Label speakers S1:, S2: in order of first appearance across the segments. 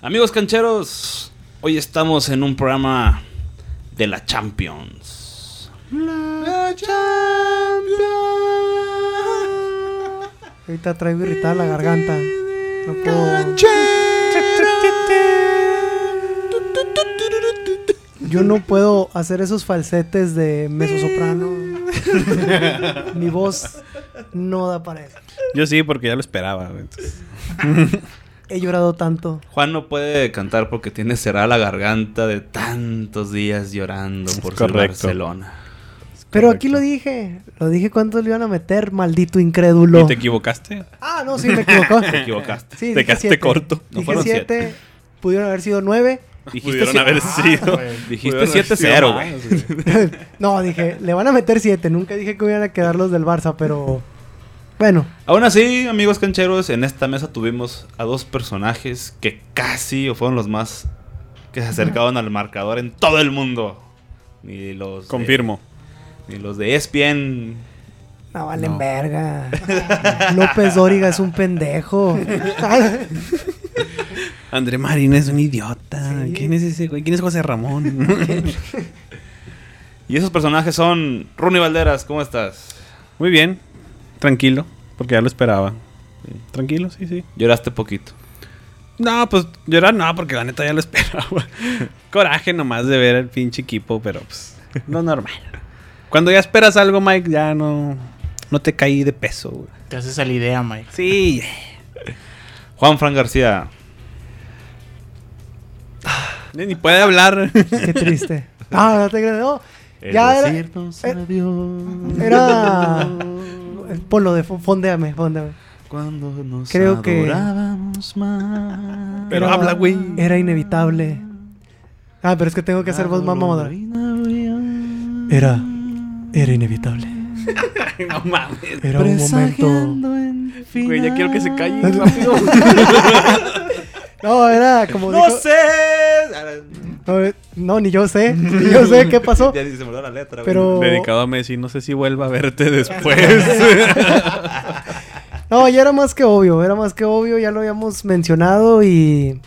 S1: Amigos cancheros, hoy estamos en un programa de la Champions.
S2: La Champions.
S3: Ahorita traigo irritada la garganta. No puedo. Yo no puedo hacer esos falsetes de mezzosoprano. Mi voz no da para eso.
S4: Yo sí, porque ya lo esperaba. güey, entonces.
S3: He llorado tanto.
S1: Juan no puede cantar porque tiene cerrada la garganta de tantos días llorando por su
S4: correcto.
S1: Barcelona.
S3: Pero
S4: Correcto.
S3: aquí lo dije. Lo dije cuántos le iban a meter, maldito incrédulo.
S4: ¿Y te equivocaste?
S3: Ah, no, sí, me equivocó.
S1: Te equivocaste.
S3: Sí,
S4: Te
S3: dije
S4: quedaste
S3: siete.
S4: corto. No
S3: Dije
S1: fueron
S3: siete.
S1: siete.
S3: Pudieron haber sido nueve.
S4: Ah, Pudieron haber sido.
S1: Ah, Dijiste
S4: pudieron haber sido
S1: 7-0,
S4: más,
S1: güey.
S3: No, dije, le van a meter siete. Nunca dije que iban a quedar los del Barça, pero. Bueno,
S1: Aún así, amigos cancheros, en esta mesa tuvimos a dos personajes que casi o fueron los más que se acercaban al marcador en todo el mundo. Ni los
S4: Confirmo.
S1: De, ni los de E ESPN.
S3: no valen verga. López Dóriga es un pendejo.
S4: André Marín es un idiota.
S3: Sí.
S4: ¿Quién es ese güey? ¿Quién es José Ramón?
S1: Y esos personajes son Ronnie Valderas, ¿cómo estás?
S4: Muy bien. Tranquilo, porque ya lo esperaba. Tranquilo, sí, sí.
S1: Lloraste poquito.
S4: No, pues llorar no, porque la neta ya lo esperaba. Coraje nomás de ver al pinche equipo, pero pues no normal. Cuando ya esperas algo, Mike, ya no, no te caí de peso. güey.
S2: Te haces a la idea, Mike.
S4: Sí.
S1: Juan Fran García.
S4: Ni puede hablar.
S3: Qué triste. Ah, No, no te creas. no. Ya era- eh, Era. Ponlo de fo- fondeame, fondeame.
S1: Cuando nos
S3: Creo que-
S1: adorábamos más.
S4: Pero
S3: Era-
S4: habla, güey.
S3: Era inevitable. Ah, pero es que tengo que hacer voz mamona. Era. Era inevitable.
S4: no mames.
S3: Era un momento.
S4: Güey, ya quiero que se calle
S3: rápido. No, era como.
S1: No
S3: dijo-
S1: sé.
S3: No, eh, no, ni yo sé. Ni yo sé qué pasó.
S1: Ya ni se me olvidó la letra. güey.
S3: Pero-
S4: Dedicado a Messi, no sé si vuelva a verte después.
S3: No, ya era más que obvio. Era más que obvio. Ya lo habíamos mencionado y.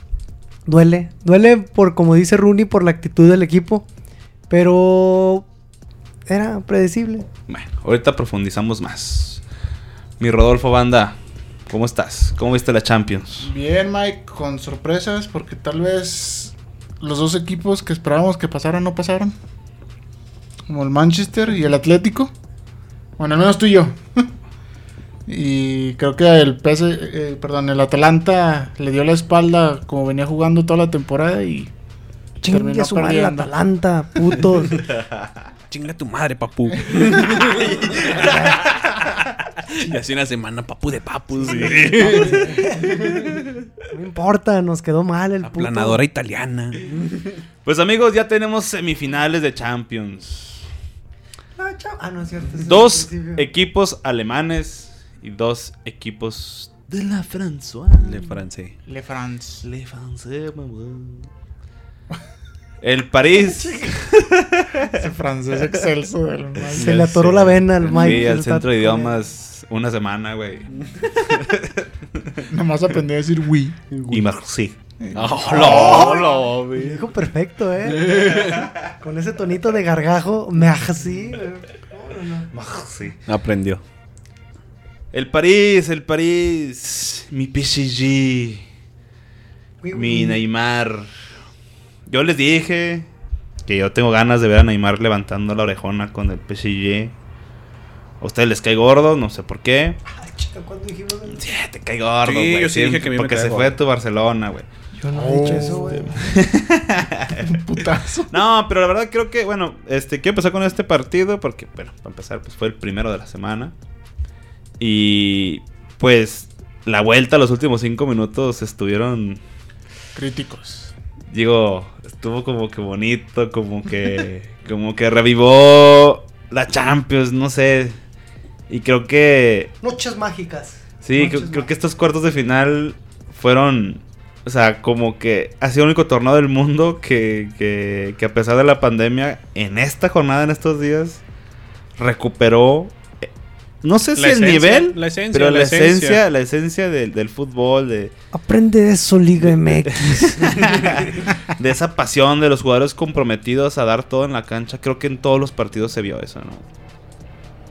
S3: Duele. Duele por, como dice Rooney, por la actitud del equipo. Pero. Era predecible.
S1: Bueno, ahorita profundizamos más. Mi Rodolfo Banda, ¿cómo estás? ¿Cómo viste la Champions?
S2: Bien, Mike, con sorpresas, porque tal vez los dos equipos que esperábamos que pasaran no pasaron. Como el Manchester y el Atlético. Bueno, al menos tú y yo. y creo que el PS, eh, perdón, el Atalanta le dio la espalda como venía jugando toda la temporada y
S3: Chingue
S2: Terminó
S3: su madre la
S2: perdiendo.
S3: Atalanta, putos.
S4: Chinga tu madre, papu. y hace una semana, papu de papus.
S3: No importa, nos quedó mal el puto.
S4: Aplanadora italiana.
S1: Pues amigos, ya tenemos semifinales de Champions.
S3: Ah, chao. Ah, no, es cierto. es
S1: Dos
S3: el principio.
S1: equipos alemanes y dos equipos de la François.
S4: De francés.
S2: Le France.
S1: Le Français, mamá. El París.
S2: Ese francés excelso del Mike.
S3: Se le atoró la vena al Mike,
S1: eh, Sí,
S3: se
S1: al
S3: le
S1: centro de
S3: atoró.
S1: idiomas una semana, güey.
S2: Nomás aprendí a decir oui.
S1: Y Marseille. Ah,
S3: Lo Dijo perfecto, ¿eh? Con ese tonito de gargajo, me así.
S1: Marseille.
S4: Aprendió.
S1: El París, el París. Mi PSG. Mi Neymar. Yo les dije que yo tengo ganas de ver a Neymar levantando la orejona con el PSG. A ustedes les cae gordo, no sé por qué.
S3: ¿Cuándo dijimos el-
S1: Sí, te cae gordo,
S4: Sí,
S1: güey.
S4: yo sí dije
S1: Siempre-
S4: que a mí me
S1: Porque
S4: cae
S1: se
S4: gordo.
S1: fue a tu Barcelona, güey.
S3: Yo no he
S1: Oh,
S3: dicho eso, güey.
S2: Putazo.
S1: No, pero la verdad creo que, bueno, este, quiero empezar con este partido porque, bueno, para empezar, pues fue el primero de la semana. Y pues la vuelta, los últimos cinco minutos estuvieron,
S2: Críticos.
S1: digo, estuvo como que bonito, como que, como que revivó la Champions, no sé. Y creo que
S3: Noches mágicas.
S1: Sí, creo,
S3: Noches
S1: creo que
S3: mágicas.
S1: estos cuartos de final fueron. O sea, como que ha sido el único torneo del mundo que, que- que a pesar de la pandemia, en esta jornada, en estos días, recuperó eh, no sé si
S4: La
S1: el
S4: esencia,
S1: nivel,
S4: la esencia,
S1: pero la,
S4: la
S1: esencia,
S4: esencia.
S1: la esencia del, del fútbol, de,
S3: Aprende eso, Liga MX.
S1: de esa pasión de los jugadores comprometidos a dar todo en la cancha. Creo que en todos los partidos se vio eso, ¿no?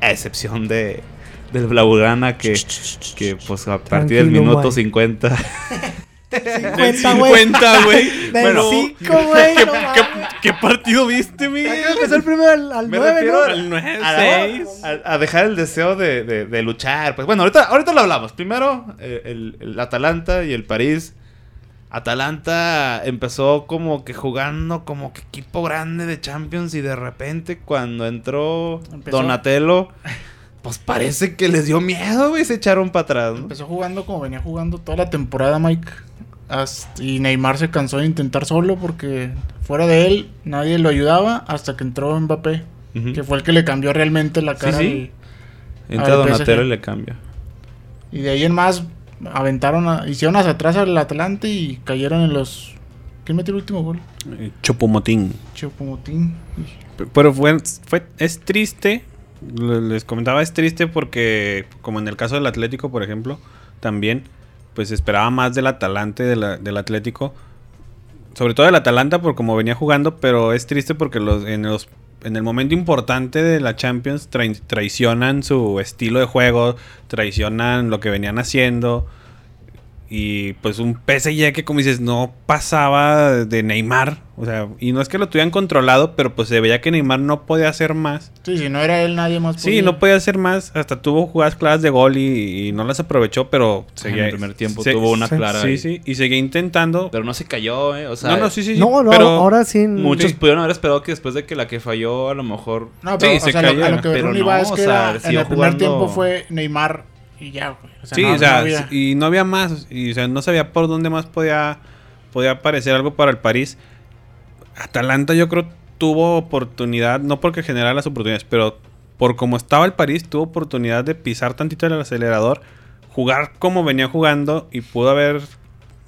S1: A excepción de del Blaugrana que, que pues a partir del
S3: Tranquilo,
S1: minuto
S3: güey.
S1: 50
S4: Del
S3: 50, güey.
S4: 50, güey.
S3: Del 5, güey.
S4: ¿qué,
S3: no
S4: qué-
S3: mames.
S4: qué partido viste,
S3: Ya
S4: Miguel?
S3: creo que es el primero al, al
S1: Me
S3: 9,
S1: refiero
S3: ¿no?
S1: al-
S4: Al 9,
S1: a,
S4: 6.
S1: a- a dejar el deseo de, de- de luchar. Pues bueno, ahorita, ahorita lo hablamos. Primero, eh, el, el Atalanta y el París. Atalanta empezó como que jugando como que equipo grande de Champions y de repente cuando entró
S2: Empezó.
S1: Donatello, pues parece que les dio miedo, güey, se echaron para atrás. ¿no?
S2: Empezó jugando como venía jugando toda la temporada, Mike. Hasta- y Neymar se cansó de intentar solo porque fuera de él nadie lo ayudaba hasta que entró Mbappé,
S1: Ujú.
S2: que fue el que le cambió realmente la cara.
S1: sí.
S2: al
S1: Entra Donatello
S2: PSG.
S1: y le cambia.
S2: Y, y de ahí en más aventaron, a- hicieron hacia atrás al Atlante y cayeron en los... ¿Quién metió el último gol?
S4: Chopomotín.
S2: Chopomotín.
S4: Pero fue, fue- es triste. le- Les comentaba, es triste porque, como en el caso del Atlético, por ejemplo, también, pues esperaba más del Atalante, de la- del Atlético. Sobre todo del Atalanta, por como venía jugando, pero es triste porque los, en, los, en el momento importante de la Champions trai- traicionan su estilo de juego, traicionan lo que venían haciendo. Y pues un PSG que como dices, no pasaba de Neymar. O sea, y no es que lo tuvieran controlado, pero pues se veía que Neymar no podía hacer más.
S2: Sí, si no era él nadie más
S4: Sí, no podía hacer más. Hasta tuvo jugadas claras de gol y, y no las aprovechó, pero
S1: en
S4: seguía.
S1: el primer tiempo
S4: se-
S1: tuvo una
S3: sí,
S1: clara.
S4: Sí,
S1: ahí.
S4: sí. Y seguía intentando.
S1: Pero no se cayó, eh, o sea,
S4: no, no, sí, sí. sí,
S3: No, no,
S4: pero
S3: ahora sí.
S1: muchos
S4: Sí.
S1: pudieron haber esperado que después de que la que falló a lo mejor
S2: No, pero
S4: Sí,
S2: o
S4: se
S2: sea, lo-
S4: cayó,
S2: a lo que
S1: pero
S2: Ronnie
S1: no,
S2: iba es
S1: o
S2: que
S1: sea,
S2: era- en el
S1: siguió
S2: primer
S1: jugando-
S2: tiempo fue Neymar y ya, güey. O sea,
S4: Sí,
S2: no-
S4: o sea,
S2: no había-
S4: sí, y no había más. Y o sea, no sabía por dónde más podía, podía aparecer algo para el París. Atalanta, yo creo, tuvo oportunidad, no porque generara las oportunidades, pero por cómo estaba el París, tuvo oportunidad de pisar tantito el acelerador, jugar como venía jugando y pudo haber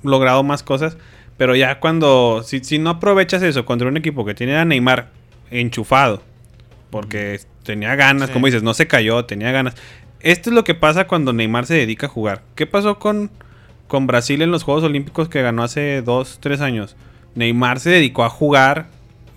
S4: logrado más cosas. Pero ya cuando, si, si no aprovechas eso contra un equipo que tiene a Neymar enchufado, porque tenía ganas,
S2: Sí.
S4: como dices, no se cayó, tenía ganas. Esto es lo que pasa cuando Neymar se dedica a jugar. ¿Qué pasó con, con Brasil en los Juegos Olímpicos que ganó hace dos, tres años? Neymar se dedicó a jugar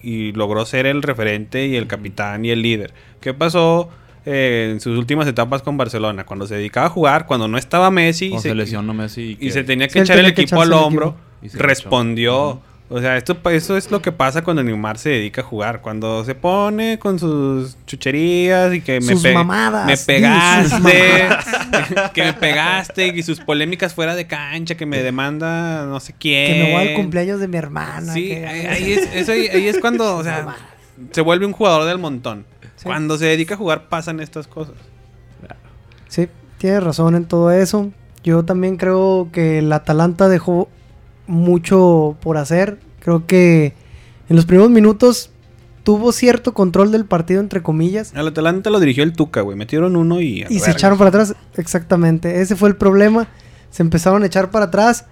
S4: y logró ser el referente y el capitán y el líder. ¿Qué pasó eh, en sus últimas etapas con Barcelona? Cuando se dedicaba a jugar, cuando no estaba Messi
S1: o
S4: y
S1: se,
S4: se,
S1: lesionó Messi
S4: y se tenía que
S3: Sí, él
S4: echar
S3: tenía
S4: el
S3: que
S4: equipo
S3: echarse
S4: al
S3: el
S4: hombro,
S3: equipo.
S1: Y se lo
S4: respondió. O sea, esto, pa- eso es lo que pasa cuando Neymar se dedica a jugar. Cuando se pone con sus chucherías y que me,
S3: Sus mamadas,
S4: me
S3: di sus
S4: pegaste, que me pegaste y sus polémicas fuera de cancha, que me demanda no sé quién.
S3: Que me voy al cumpleaños de mi hermana.
S4: Sí,
S3: que-
S4: ahí, ahí es, eso ahí- ahí es cuando, o sea, se vuelve un jugador del montón.
S3: Sí.
S4: Cuando se dedica a jugar pasan estas cosas.
S3: Sí, tienes razón en todo eso. Yo también creo que el Atalanta dejó mucho por hacer. Creo que en los primeros minutos tuvo cierto control del partido, entre comillas.
S4: Al Atalanta lo dirigió el Tuca, güey. Metieron uno y... a la
S3: Y se
S4: verga.
S3: echaron para atrás. Exactamente. Ese fue el problema. Se empezaron a echar para atrás.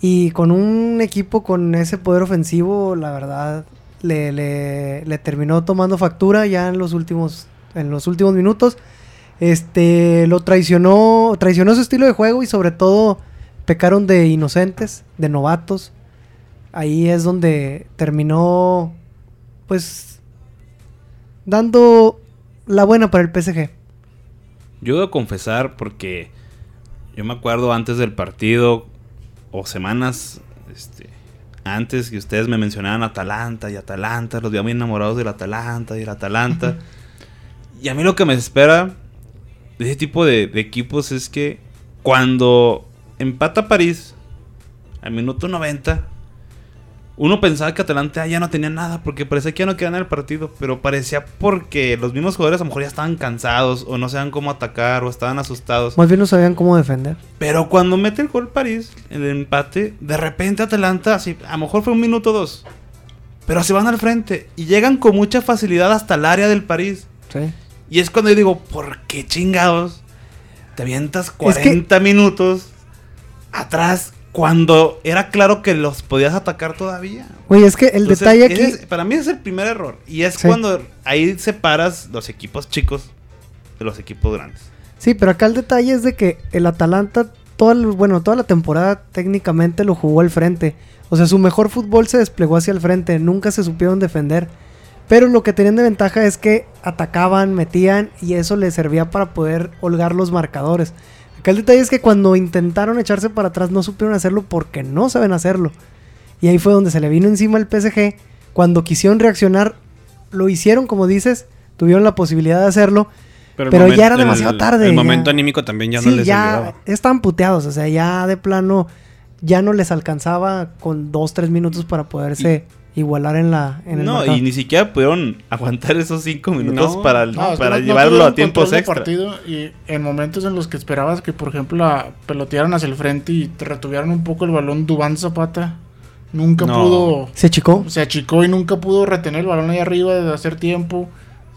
S3: Y con un equipo con ese poder ofensivo, la verdad, le, le- le terminó tomando factura ya en los últimos, en los últimos minutos. Este lo traicionó, traicionó su estilo de juego y sobre todo pecaron de inocentes, de novatos. Ahí es donde terminó, pues, dando la buena para el PSG.
S1: Yo debo confesar porque yo me acuerdo antes del partido o semanas este, antes que ustedes me mencionaban Atalanta y Atalanta, los veía muy enamorados del Atalanta y el Atalanta. y a mí lo que me espera de ese tipo de, de equipos es que cuando empata París al minuto 90, uno pensaba que Atalanta ya no tenía nada porque parecía que ya no querían el partido, pero parecía porque los mismos jugadores a lo mejor ya estaban cansados o no sabían cómo atacar o estaban asustados.
S3: Más bien no sabían cómo defender.
S1: Pero cuando mete el gol París, el empate, de repente Atalanta, así, a lo mejor fue un minuto o dos, pero se van al frente y llegan con mucha facilidad hasta el área del París.
S3: Sí.
S1: Y es cuando yo digo, ¿por qué chingados? Te avientas 40 minutos atrás cuando era claro que los podías atacar todavía.
S3: Güey, es que el
S1: Entonces,
S3: detalle aquí.
S1: ese es- para mí es el primer error. Y es
S3: Sí.
S1: cuando ahí separas los equipos chicos de los equipos grandes.
S3: Sí, pero acá el detalle es de que el Atalanta, toda, el- bueno, toda la temporada técnicamente lo jugó al frente. O sea, su mejor fútbol se desplegó hacia el frente, nunca se supieron defender. Pero lo que tenían de ventaja es que atacaban, metían y eso les servía para poder holgar los marcadores. Acá el detalle es que cuando intentaron echarse para atrás no supieron hacerlo porque no saben hacerlo. Y ahí fue donde se le vino encima el PSG. Cuando quisieron reaccionar, lo hicieron como dices, tuvieron la posibilidad de hacerlo,
S4: el
S3: Pero ya
S4: momento-
S3: era
S4: el-
S3: demasiado tarde,
S4: El
S3: ya.
S4: momento anímico también ya no
S3: sí,
S4: les
S3: ya
S4: ayudaba.
S3: están puteados, o sea, ya de plano ya no les alcanzaba con dos, tres minutos para poderse igualar en la en el
S1: no,
S3: marcador.
S1: y ni siquiera pudieron aguantar esos cinco minutos
S4: No.
S1: para, el-
S2: No, es que
S1: para
S2: no- no
S1: llevarlo
S2: tuvieron
S1: a tiempos
S2: control del
S1: extra.
S2: partido y en momentos en los que esperabas que, por ejemplo, la pelotearan hacia el frente y te retuvieran un poco el balón, Dubán Zapata nunca
S4: No.
S2: pudo.
S3: se achicó.
S2: Se achicó y nunca pudo retener el balón ahí arriba de hacer tiempo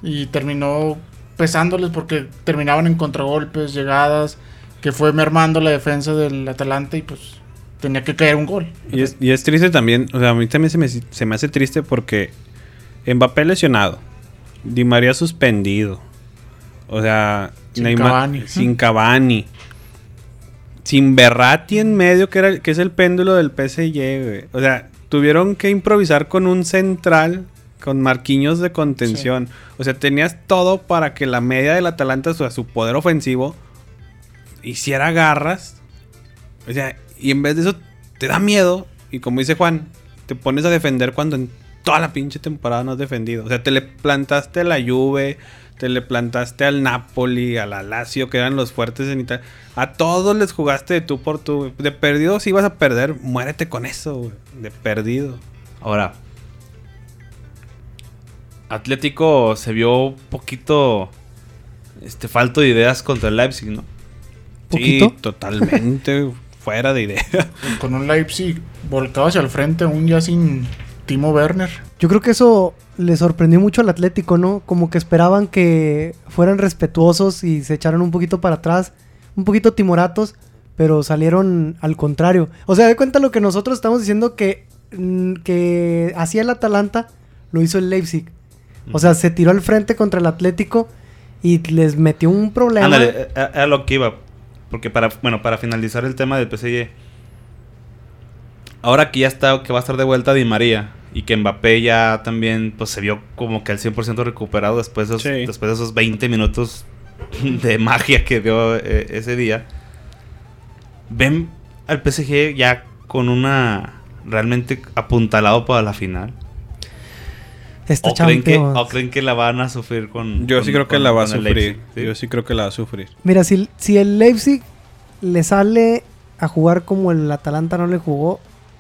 S2: y terminó pesándoles porque terminaban en contragolpes, llegadas, que fue mermando la defensa del Atalanta y pues tenía que caer un gol.
S4: Y es, y es triste también, o sea, a mí también se me, se me hace triste porque Mbappé lesionado, Di María suspendido, o sea,
S2: Sin
S4: Neymar-
S2: Cavani.
S4: sin Cavani, sin Berratti en medio, que, era, el- que es el péndulo del PSG, güey. o sea, tuvieron que improvisar con un central, con marquiños de contención, o sea, tenías todo para que la media del Atalanta, o sea, su poder ofensivo, hiciera garras o sea, y en vez de eso te da miedo y como dice Juan, te pones a defender cuando en toda la pinche temporada no has defendido. O sea, te le plantaste a la Juve, te le plantaste al Napoli, al la Lazio, que eran los fuertes en Italia. A todos les jugaste de tú por tú. güey. De perdido, si ibas a perder, muérete con eso, güey. De perdido.
S1: Ahora, Atlético se vio un poquito este, falto de ideas contra el Leipzig, ¿no?
S3: ¿Poquito?
S4: Sí, totalmente fuera de idea.
S2: Con un Leipzig volcado hacia el frente, aún ya sin Timo Werner.
S3: Yo creo que eso le sorprendió mucho al Atlético, ¿no? Como que esperaban que fueran respetuosos y se echaran un poquito para atrás, un poquito timoratos, pero salieron al contrario. O sea, de cuenta lo que nosotros estamos diciendo que, mm, que hacía el Atalanta, lo hizo el Leipzig. O sea, se tiró al frente contra el Atlético y les metió un problema.
S1: Ándale, a, a- a lo que iba. Porque para, bueno, para finalizar el tema del PSG. Ahora que ya está, que va a estar de vuelta Di María y que Mbappé ya también pues se vio como que al 100% recuperado después de, esos,
S4: Sí.
S1: después de esos 20 minutos de magia que dio eh, ese día. Ven al PSG ya con una realmente apuntalado para la final.
S3: Está este
S1: ¿O creen, que,
S3: champions.
S1: o creen que la van a sufrir con
S4: Yo
S1: con-
S4: sí creo que
S1: con-
S4: la va a
S1: con el
S4: sufrir.
S1: Leipzig, ¿sí?
S4: Yo sí creo que la va a sufrir.
S3: Mira, si, si el Leipzig le sale a jugar como el Atalanta no le jugó,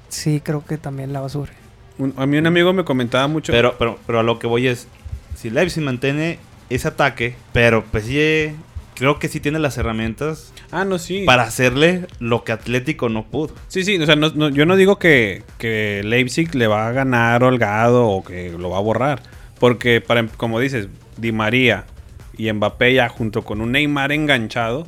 S3: sí creo que también la va a sufrir.
S4: Un- a mí un amigo me comentaba mucho.
S1: Pero, pero, pero a lo que voy es, si Leipzig mantiene ese ataque, pero pues sí, creo que sí tiene las herramientas
S4: ah, no, sí.
S1: para hacerle lo que Atlético no pudo.
S4: Sí, sí, o sea, no- no- yo no digo que, que Leipzig le va a ganar holgado o que lo va a borrar. Porque, para, em- como dices, Di María y Mbappé ya junto con un Neymar enganchado.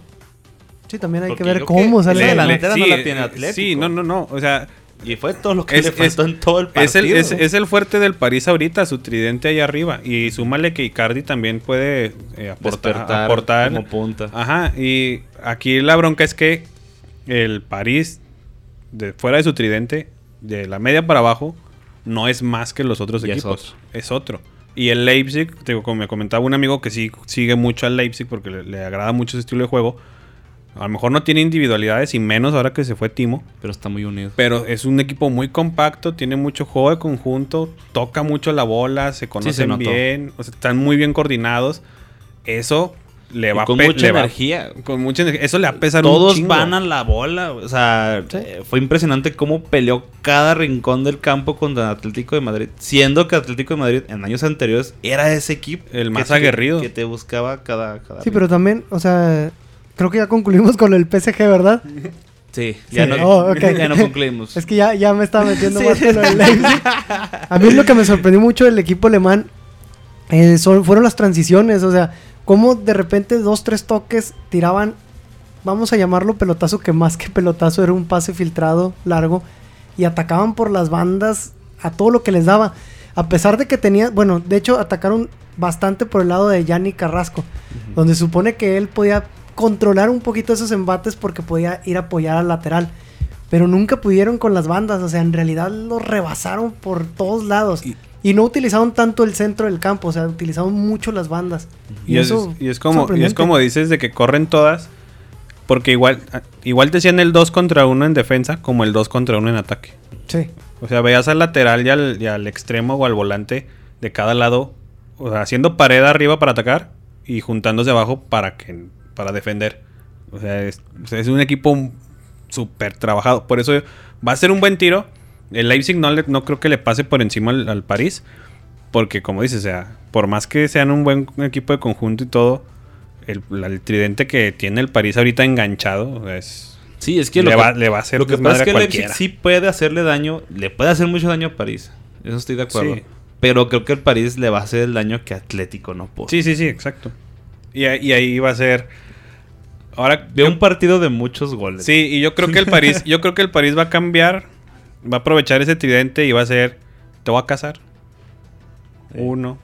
S3: Sí, también hay
S1: Porque
S3: que ver
S1: yo
S3: cómo
S1: que-
S3: sale.
S1: la
S3: el-
S1: de la
S4: le-
S1: neta no la tiene
S4: eh,
S1: Atlético.
S4: Sí, no, no, no. O sea,
S1: Y fue todo lo que
S4: Es-
S1: le faltó
S4: es-
S1: en todo el partido.
S4: es el, es, es el fuerte del París ahorita, su tridente ahí arriba. Y súmale que Icardi también puede eh, aportar,
S1: Despertar
S4: aportar.
S1: como punta.
S4: Ajá, Ah. y aquí la bronca es que el París, de fuera de su tridente, de la media para abajo, no es más que los otros
S1: Y es
S4: equipos. Es otro. Y el Leipzig, te digo, como me comentaba un amigo que sí sigue mucho al Leipzig porque le, le agrada mucho ese estilo de juego. A lo mejor no tiene individualidades y menos ahora que se fue Timo.
S1: Pero está muy unido.
S4: Pero es un equipo muy compacto, tiene mucho juego de conjunto, toca mucho la bola, se conocen
S1: notó.
S4: bien, o sea, están muy bien coordinados. Eso le
S1: Y
S4: va a
S1: con
S4: pe-
S1: mucha
S4: le va-
S1: energía.
S4: con mucha energía. Eso le va a pesar un
S1: Todos
S4: chingo.
S1: van a la bola. O sea,
S3: Sí.
S1: eh, fue impresionante cómo peleó cada rincón del campo contra el Atlético de Madrid. Siendo que Atlético de Madrid en años anteriores era ese equipo.
S4: El
S1: que
S4: más
S1: te-
S4: aguerrido.
S1: Que te buscaba cada. cada
S3: Sí, pero también, o sea, creo que ya concluimos con el PSG, ¿verdad?
S1: Sí, ya,
S3: Sí.
S1: No,
S3: Oh, ok.
S1: ya no concluimos.
S3: Es que ya, ya me estaba metiendo
S1: Sí.
S3: más con lo del Leipzig. A mí lo que me sorprendió mucho del equipo alemán eh, son- fueron las transiciones, o sea, cómo de repente dos, tres toques tiraban, vamos a llamarlo pelotazo, que más que pelotazo era un pase filtrado largo, y atacaban por las bandas a todo lo que les daba. A pesar de que tenía, bueno, de hecho atacaron bastante por el lado de Yanni Carrasco, donde supone que él podía controlar un poquito esos embates porque podía ir a apoyar al lateral. Pero nunca pudieron con las bandas, o sea, en realidad lo rebasaron por todos lados.
S4: Y-
S3: Y, no utilizaron tanto el centro del campo, o sea, utilizaron mucho las bandas.
S4: Y, es, y es como, y es como dices de que corren todas. Porque igual, ah, igual te hacían el 2 contra 1 en defensa como el 2 contra 1 en ataque.
S3: Sí,
S4: O sea, veías al lateral y al, y al extremo o al volante de cada lado. O sea, haciendo pared arriba para atacar y juntándose abajo para que para defender. O sea, es, o sea, es un equipo súper trabajado. Por eso va a ser un buen tiro. El Leipzig no, le- no creo que le pase por encima al, al París. Porque, como dices, o sea, por más que sean un buen equipo de conjunto y todo, el, la- el tridente que tiene el París ahorita enganchado o sea, es.
S1: Sí, es que
S4: Le
S1: lo
S4: va-
S1: que,
S4: le va a hacer
S1: lo que
S4: desmadre
S1: pasa es que
S4: a
S1: Leipzig
S4: cualquiera.
S1: sí puede hacerle daño, le puede hacer mucho daño a París. Eso estoy de acuerdo.
S4: Sí.
S1: Pero creo que el París le va a hacer el daño que Atlético no puede.
S4: Sí, sí, sí, exacto. Y, a- y ahí va a ser. Ahora
S1: Veo un partido de muchos goles.
S4: Sí, y yo creo que el París, yo creo que el París va a cambiar, va a aprovechar ese tridente y va a ser, te voy a casar. Uno.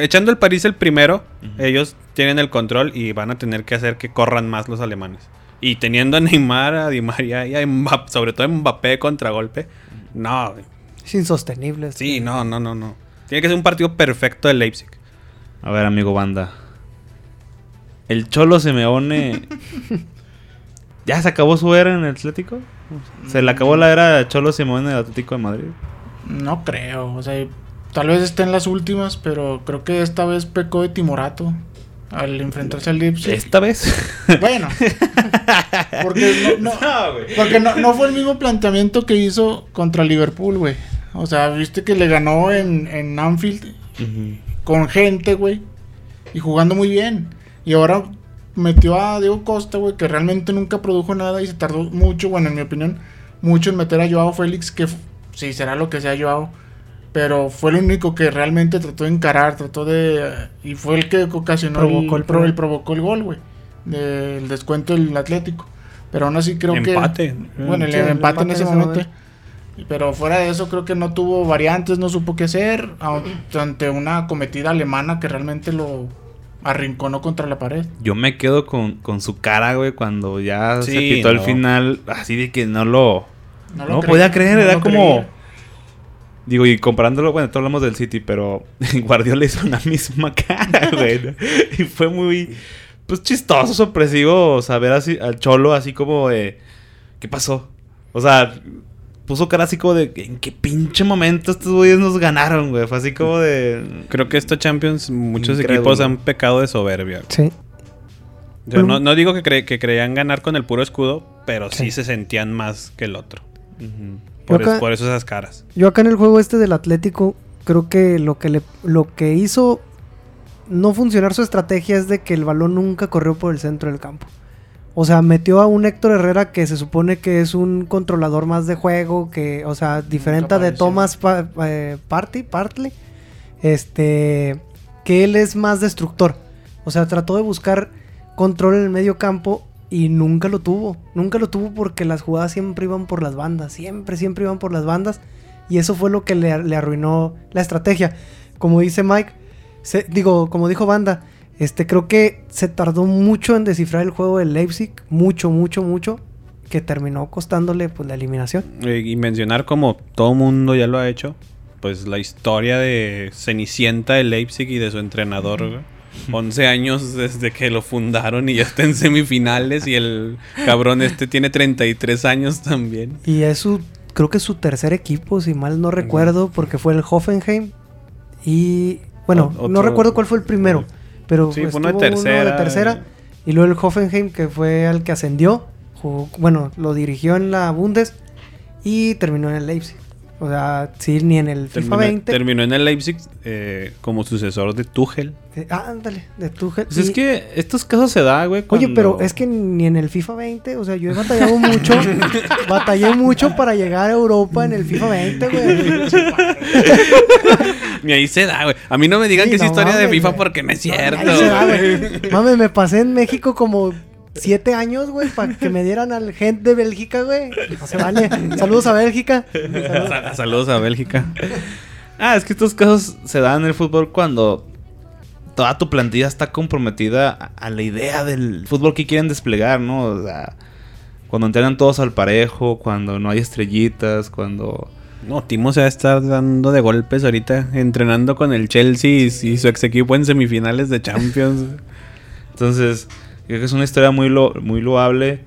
S4: Echando el París el primero, ellos tienen el control y van a tener que hacer que corran más los alemanes. Y teniendo a Neymar, a Di María y a Mbappé, sobre todo a Mbappé de contragolpe, no, güey.
S3: es insostenible. esto.
S4: sí, no, no, no, no. Tiene que ser un partido perfecto del Leipzig.
S1: A ver, amigo banda. El Cholo Simeone. ¿Ya se acabó su era en el Atlético? ¿Se le acabó la era de Cholo Simeone del Atlético de Madrid?
S2: No creo, o sea, tal vez esté en las últimas, pero creo que esta vez pecó de timorato al enfrentarse al Leipzig.
S1: ¿Esta vez?
S2: Bueno, porque, no, no- porque no, no fue el mismo planteamiento que hizo contra Liverpool, güey. O sea, viste que le ganó en, en Anfield con gente, güey, y jugando muy bien. Y ahora metió a Diego Costa, güey, que realmente nunca produjo nada y se tardó mucho, bueno, en mi opinión, mucho en meter a Joao Félix, que f- sí será lo que sea Joao, pero fue el único que realmente trató de encarar, trató de. Y fue el que ocasionó
S3: Provocó
S2: el,
S3: el
S2: pro-
S3: gol.
S2: el provocó el gol, güey, del descuento del Atlético. Pero aún así creo que.
S4: Empate.
S2: Bueno, el
S3: Mm, Sí,
S2: empate, en ese momento.
S3: momento.
S2: Pero fuera de eso, creo que no tuvo variantes, no supo qué hacer a- ante una cometida alemana que realmente lo arrinconó contra la pared.
S1: Yo me quedo con, con su cara, güey, cuando ya se
S4: Sí,
S1: pitó el
S4: no.
S1: final. Así de que no lo. No,
S2: lo creí,
S1: podía creer,
S2: no
S1: era
S2: lo
S1: como.
S2: creí.
S1: Digo, y comparándolo, bueno, todos hablamos del City, pero Guardiola hizo la misma cara, güey. ¿no? y fue muy, pues chistoso, sorpresivo saber así, al Cholo así como de. ¿Qué pasó? O sea, puso cara así como de. ¿En qué pinche momento estos güeyes nos ganaron, güey? Fue así como de.
S4: Creo que esta Champions muchos
S1: Incrédulo.
S4: equipos han pecado de soberbia.
S3: Sí.
S4: O sea,
S3: Pero-
S4: no, no digo que, cre- que creían ganar con el puro escudo, pero sí,
S3: Sí.
S4: se sentían más que el otro.
S1: Ujú.
S4: Por,
S3: Yo
S4: es-
S3: ca-
S4: por eso esas caras.
S3: Yo acá en el juego este del Atlético, creo que lo que, le, lo que hizo no funcionar su estrategia es de que el balón nunca corrió por el centro del campo. O sea, metió a un Héctor Herrera que se supone que es un controlador más de juego, que, o sea, diferente de
S2: apareció.
S3: Thomas Pa- eh, Party, Partley, este, que él es más destructor. O sea, trató de buscar control en el medio campo y nunca lo tuvo. Nunca lo tuvo porque las jugadas siempre iban por las bandas, siempre, siempre iban por las bandas. Y eso fue lo que le, le arruinó la estrategia. Como dice Mike, se- digo, como dijo Banda, este, creo que se tardó mucho en descifrar el juego del Leipzig, mucho, mucho, mucho, que terminó costándole pues, la eliminación.
S4: Eh, Y mencionar como todo mundo ya lo ha hecho, pues la historia de Cenicienta de Leipzig y de su entrenador. güey. 11 años desde que lo fundaron y ya está en semifinales y el cabrón este tiene 33 años también.
S3: Y es su, creo que es su tercer equipo, si mal no recuerdo, porque fue el Hoffenheim. Y bueno,
S4: Ot-
S3: no
S4: otro-
S3: recuerdo cuál fue el primero, pero
S4: Sí, fue uno de
S3: estuvo
S4: tercera.
S3: tercera, Y luego el Hoffenheim, que fue al que ascendió, jugó- bueno, lo dirigió en la Bundes y terminó en el Leipzig. O sea, sí, ni en el FIFA
S4: Terminó,
S3: 20.
S4: terminó en el Leipzig eh, como sucesor de Tuchel.
S3: Eh, Ándale, de tu
S1: Pues es que estos casos se da, güey.
S3: Oye, pero
S1: cuando-
S3: es que ni en el FIFA 20, o sea, yo he batallado mucho, batallé mucho para llegar a Europa en el FIFA 20, güey.
S4: Y ahí se da, güey. A mí no me digan
S3: Sí,
S4: que es
S3: no
S4: historia de
S3: mames,
S4: FIFA
S3: güey.
S4: porque no es cierto.
S3: Ay, se va, güey. Mames, me pasé en México como siete años, güey, para que me dieran al gente de Bélgica, güey. No se vale. Saludos a Bélgica.
S4: Sa- Saludos a Bélgica.
S1: Ah, es que estos casos se dan en el fútbol cuando toda tu plantilla está comprometida a, a la idea del fútbol que quieren desplegar, ¿no? O sea, cuando entrenan todos al parejo, cuando no hay estrellitas, cuando...
S4: No, Timo se va a estar dando de golpes ahorita, entrenando con el Chelsea y, y su ex equipo en semifinales de Champions.
S1: Entonces, creo que es una historia muy, lo, muy loable.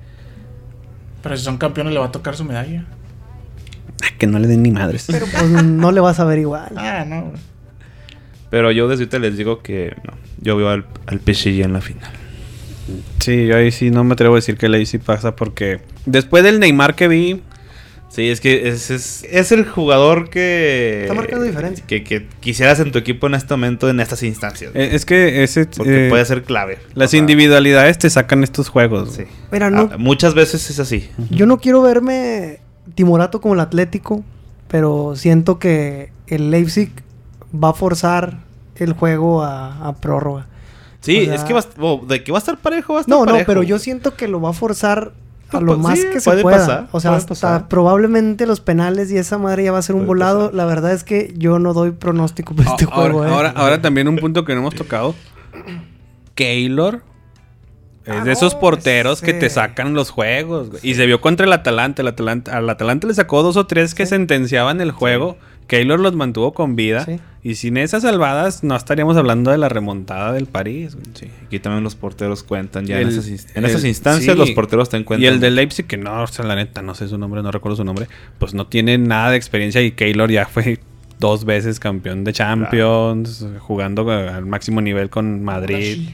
S2: Pero si son campeones, le va a tocar su medalla.
S4: Ah, que no le den ni madres.
S3: Pero pues no le vas a ver igual.
S2: Ah, no, güey.
S1: Pero yo desde ahorita les digo que no. Yo veo al, al PSG en la final.
S4: Sí, yo ahí sí no me atrevo a decir que el sí pasa porque después del Neymar que vi,
S1: Sí, es que es, es, es el jugador que...
S3: Está marcando diferencia.
S1: Que, que quisieras en tu equipo en este momento, en estas instancias.
S4: eh, es que ese
S1: Porque
S4: eh,
S1: puede ser clave.
S4: las
S1: O sea,
S4: individualidades te sacan estos juegos.
S1: Sí.
S3: Mira, no-
S1: Ah, muchas veces es así.
S3: Yo no quiero verme timorato como el Atlético, pero siento que el Leipzig va a forzar el juego a, a prórroga.
S1: Sí,
S3: O sea-
S1: es que va, a est- oh, de que va a estar parejo, va a estar
S3: No, no,
S1: parejo.
S3: pero yo siento que lo va a forzar a
S1: No,
S3: lo
S1: pues,
S3: más
S1: sí,
S3: que se
S1: puede
S3: pueda.
S1: pasar,
S3: o sea,
S1: puede
S3: hasta
S1: pasar.
S3: probablemente los penales y esa madre ya va a ser un
S1: Puede
S3: volado.
S1: pasar.
S3: La verdad es que yo no doy pronóstico para
S4: A-
S3: este
S4: ahora,
S3: juego. eh.
S4: ahora- ahora también un punto que no hemos tocado. Keylor es
S3: Ah,
S4: de esos
S3: no,
S4: porteros que
S3: ese.
S4: te sacan los juegos. güey. Y se vio contra el Atalanta. El Atalanta al Atalanta le sacó dos o tres que sentenciaban el juego. Keylor los mantuvo con vida.
S3: Sí.
S4: Y sin esas salvadas no estaríamos hablando de la remontada del París. güey.
S1: Sí, aquí también los porteros cuentan ya. en
S4: El-
S1: esas, inst- en
S4: el-
S1: esas instancias
S4: sí.
S1: los porteros te encuentran.
S4: Y el de Leipzig, que no, o sea, la neta, no sé su nombre, no recuerdo su nombre, pues no tiene nada de experiencia y Keylor ya fue dos veces campeón de Champions, jugando eh, al máximo nivel con
S2: Pues
S4: Madrid.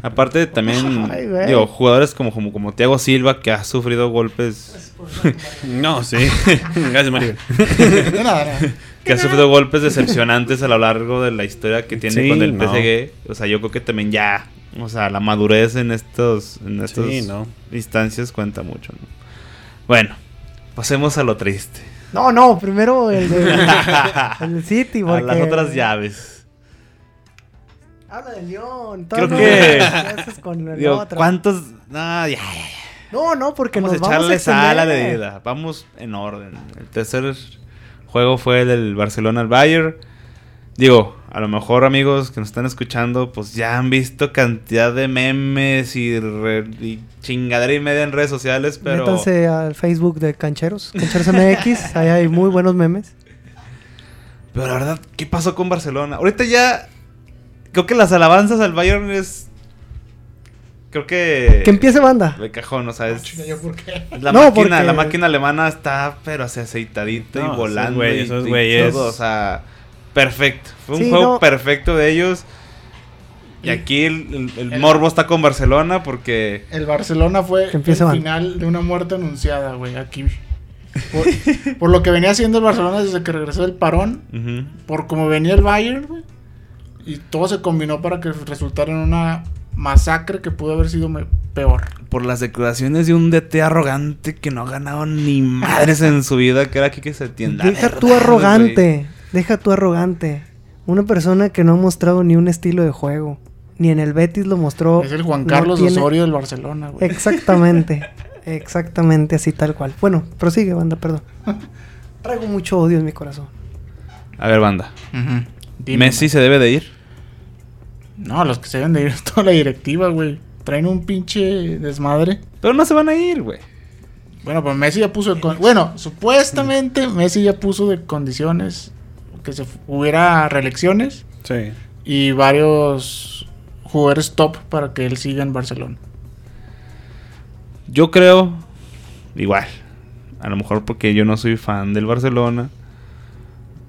S1: Aparte también,
S3: Ay, güey.
S1: digo, jugadores como, como, como Thiago Silva que ha sufrido golpes,
S4: No, sí. Gracias, Mario.
S2: De nada, nada.
S1: que ha sufrido golpes decepcionantes a lo largo de la historia que tiene
S4: Sí,
S1: con el
S4: no.
S1: PSG. O sea, yo creo que también ya, o sea, la madurez en estos, en estas
S4: Sí, no.
S1: instancias cuenta mucho. ¿no? Bueno, pasemos a lo triste.
S3: No, no, primero el, de, el City.
S1: a
S3: Porque...
S1: las otras llaves.
S3: Habla del León.
S1: Creo
S3: todo
S1: que-
S3: lo que haces con la
S1: Digo,
S3: otra.
S1: ¿cuántos? No, ya, ya, ya.
S3: No, no, porque
S1: Vamos a
S3: nos vamos a
S1: echarle sal a la
S3: extender.
S1: herida. Vamos en orden. El tercer juego fue el del Barcelona al Bayern. Digo, a lo mejor amigos que nos están escuchando, pues ya han visto cantidad de memes y, re- y chingadera y media en redes sociales, pero
S3: Métanse al Facebook de Cancheros, Cancheros MX, ahí hay muy buenos memes.
S1: pero la verdad, ¿qué pasó con Barcelona? Ahorita ya creo que las alabanzas al Bayern es creo que
S3: Que empiece banda.
S1: de cajón, o sea, es-
S2: Ah, Chinga, ¿yo por qué?
S1: La
S3: No,
S1: máquina,
S3: porque-
S1: la máquina alemana está pero así aceitadita
S4: No,
S1: y
S4: esos
S1: volando
S4: güeyes,
S1: y-
S4: esos
S1: y
S4: güeyes.
S1: todo, o sea, perfecto. Fue un
S3: Sí,
S1: juego
S3: no.
S1: perfecto de ellos. Y aquí el, el- el
S2: El-
S1: morbo está con Barcelona porque
S2: El Barcelona fue
S3: Que empiece
S2: el
S3: mal.
S2: final de una muerte anunciada, güey, aquí. Por, por lo que venía haciendo el Barcelona desde que regresó del parón,
S1: ujú,
S2: por como venía el Bayern, güey. Y todo se combinó para que resultara en una masacre que pudo haber sido me- peor.
S1: por las declaraciones de un DT arrogante que no ha ganado ni madres en su vida, que era aquí que se tienda.
S3: Deja tu arrogante, deja tu arrogante. Una persona que no ha mostrado ni un estilo de juego, ni en el Betis lo mostró.
S2: es el Juan
S3: no
S2: Carlos
S3: tiene-
S2: Osorio del Barcelona, güey.
S3: Exactamente, exactamente así tal cual. Bueno, prosigue banda, perdón. Traigo mucho odio en mi corazón.
S1: A ver, banda.
S2: Ujú. Dime,
S1: Messi se debe de ir.
S2: No, los que se deben de ir es toda la directiva, güey. Traen un pinche desmadre.
S1: Pero no se van a ir, güey.
S2: Bueno, pues Messi ya puso de con- Bueno, supuestamente Messi ya puso de condiciones que se fu- hubiera reelecciones
S4: Sí.
S2: y varios jugadores top para que él siga en Barcelona.
S1: Yo creo, igual, a lo mejor porque yo no soy fan del Barcelona,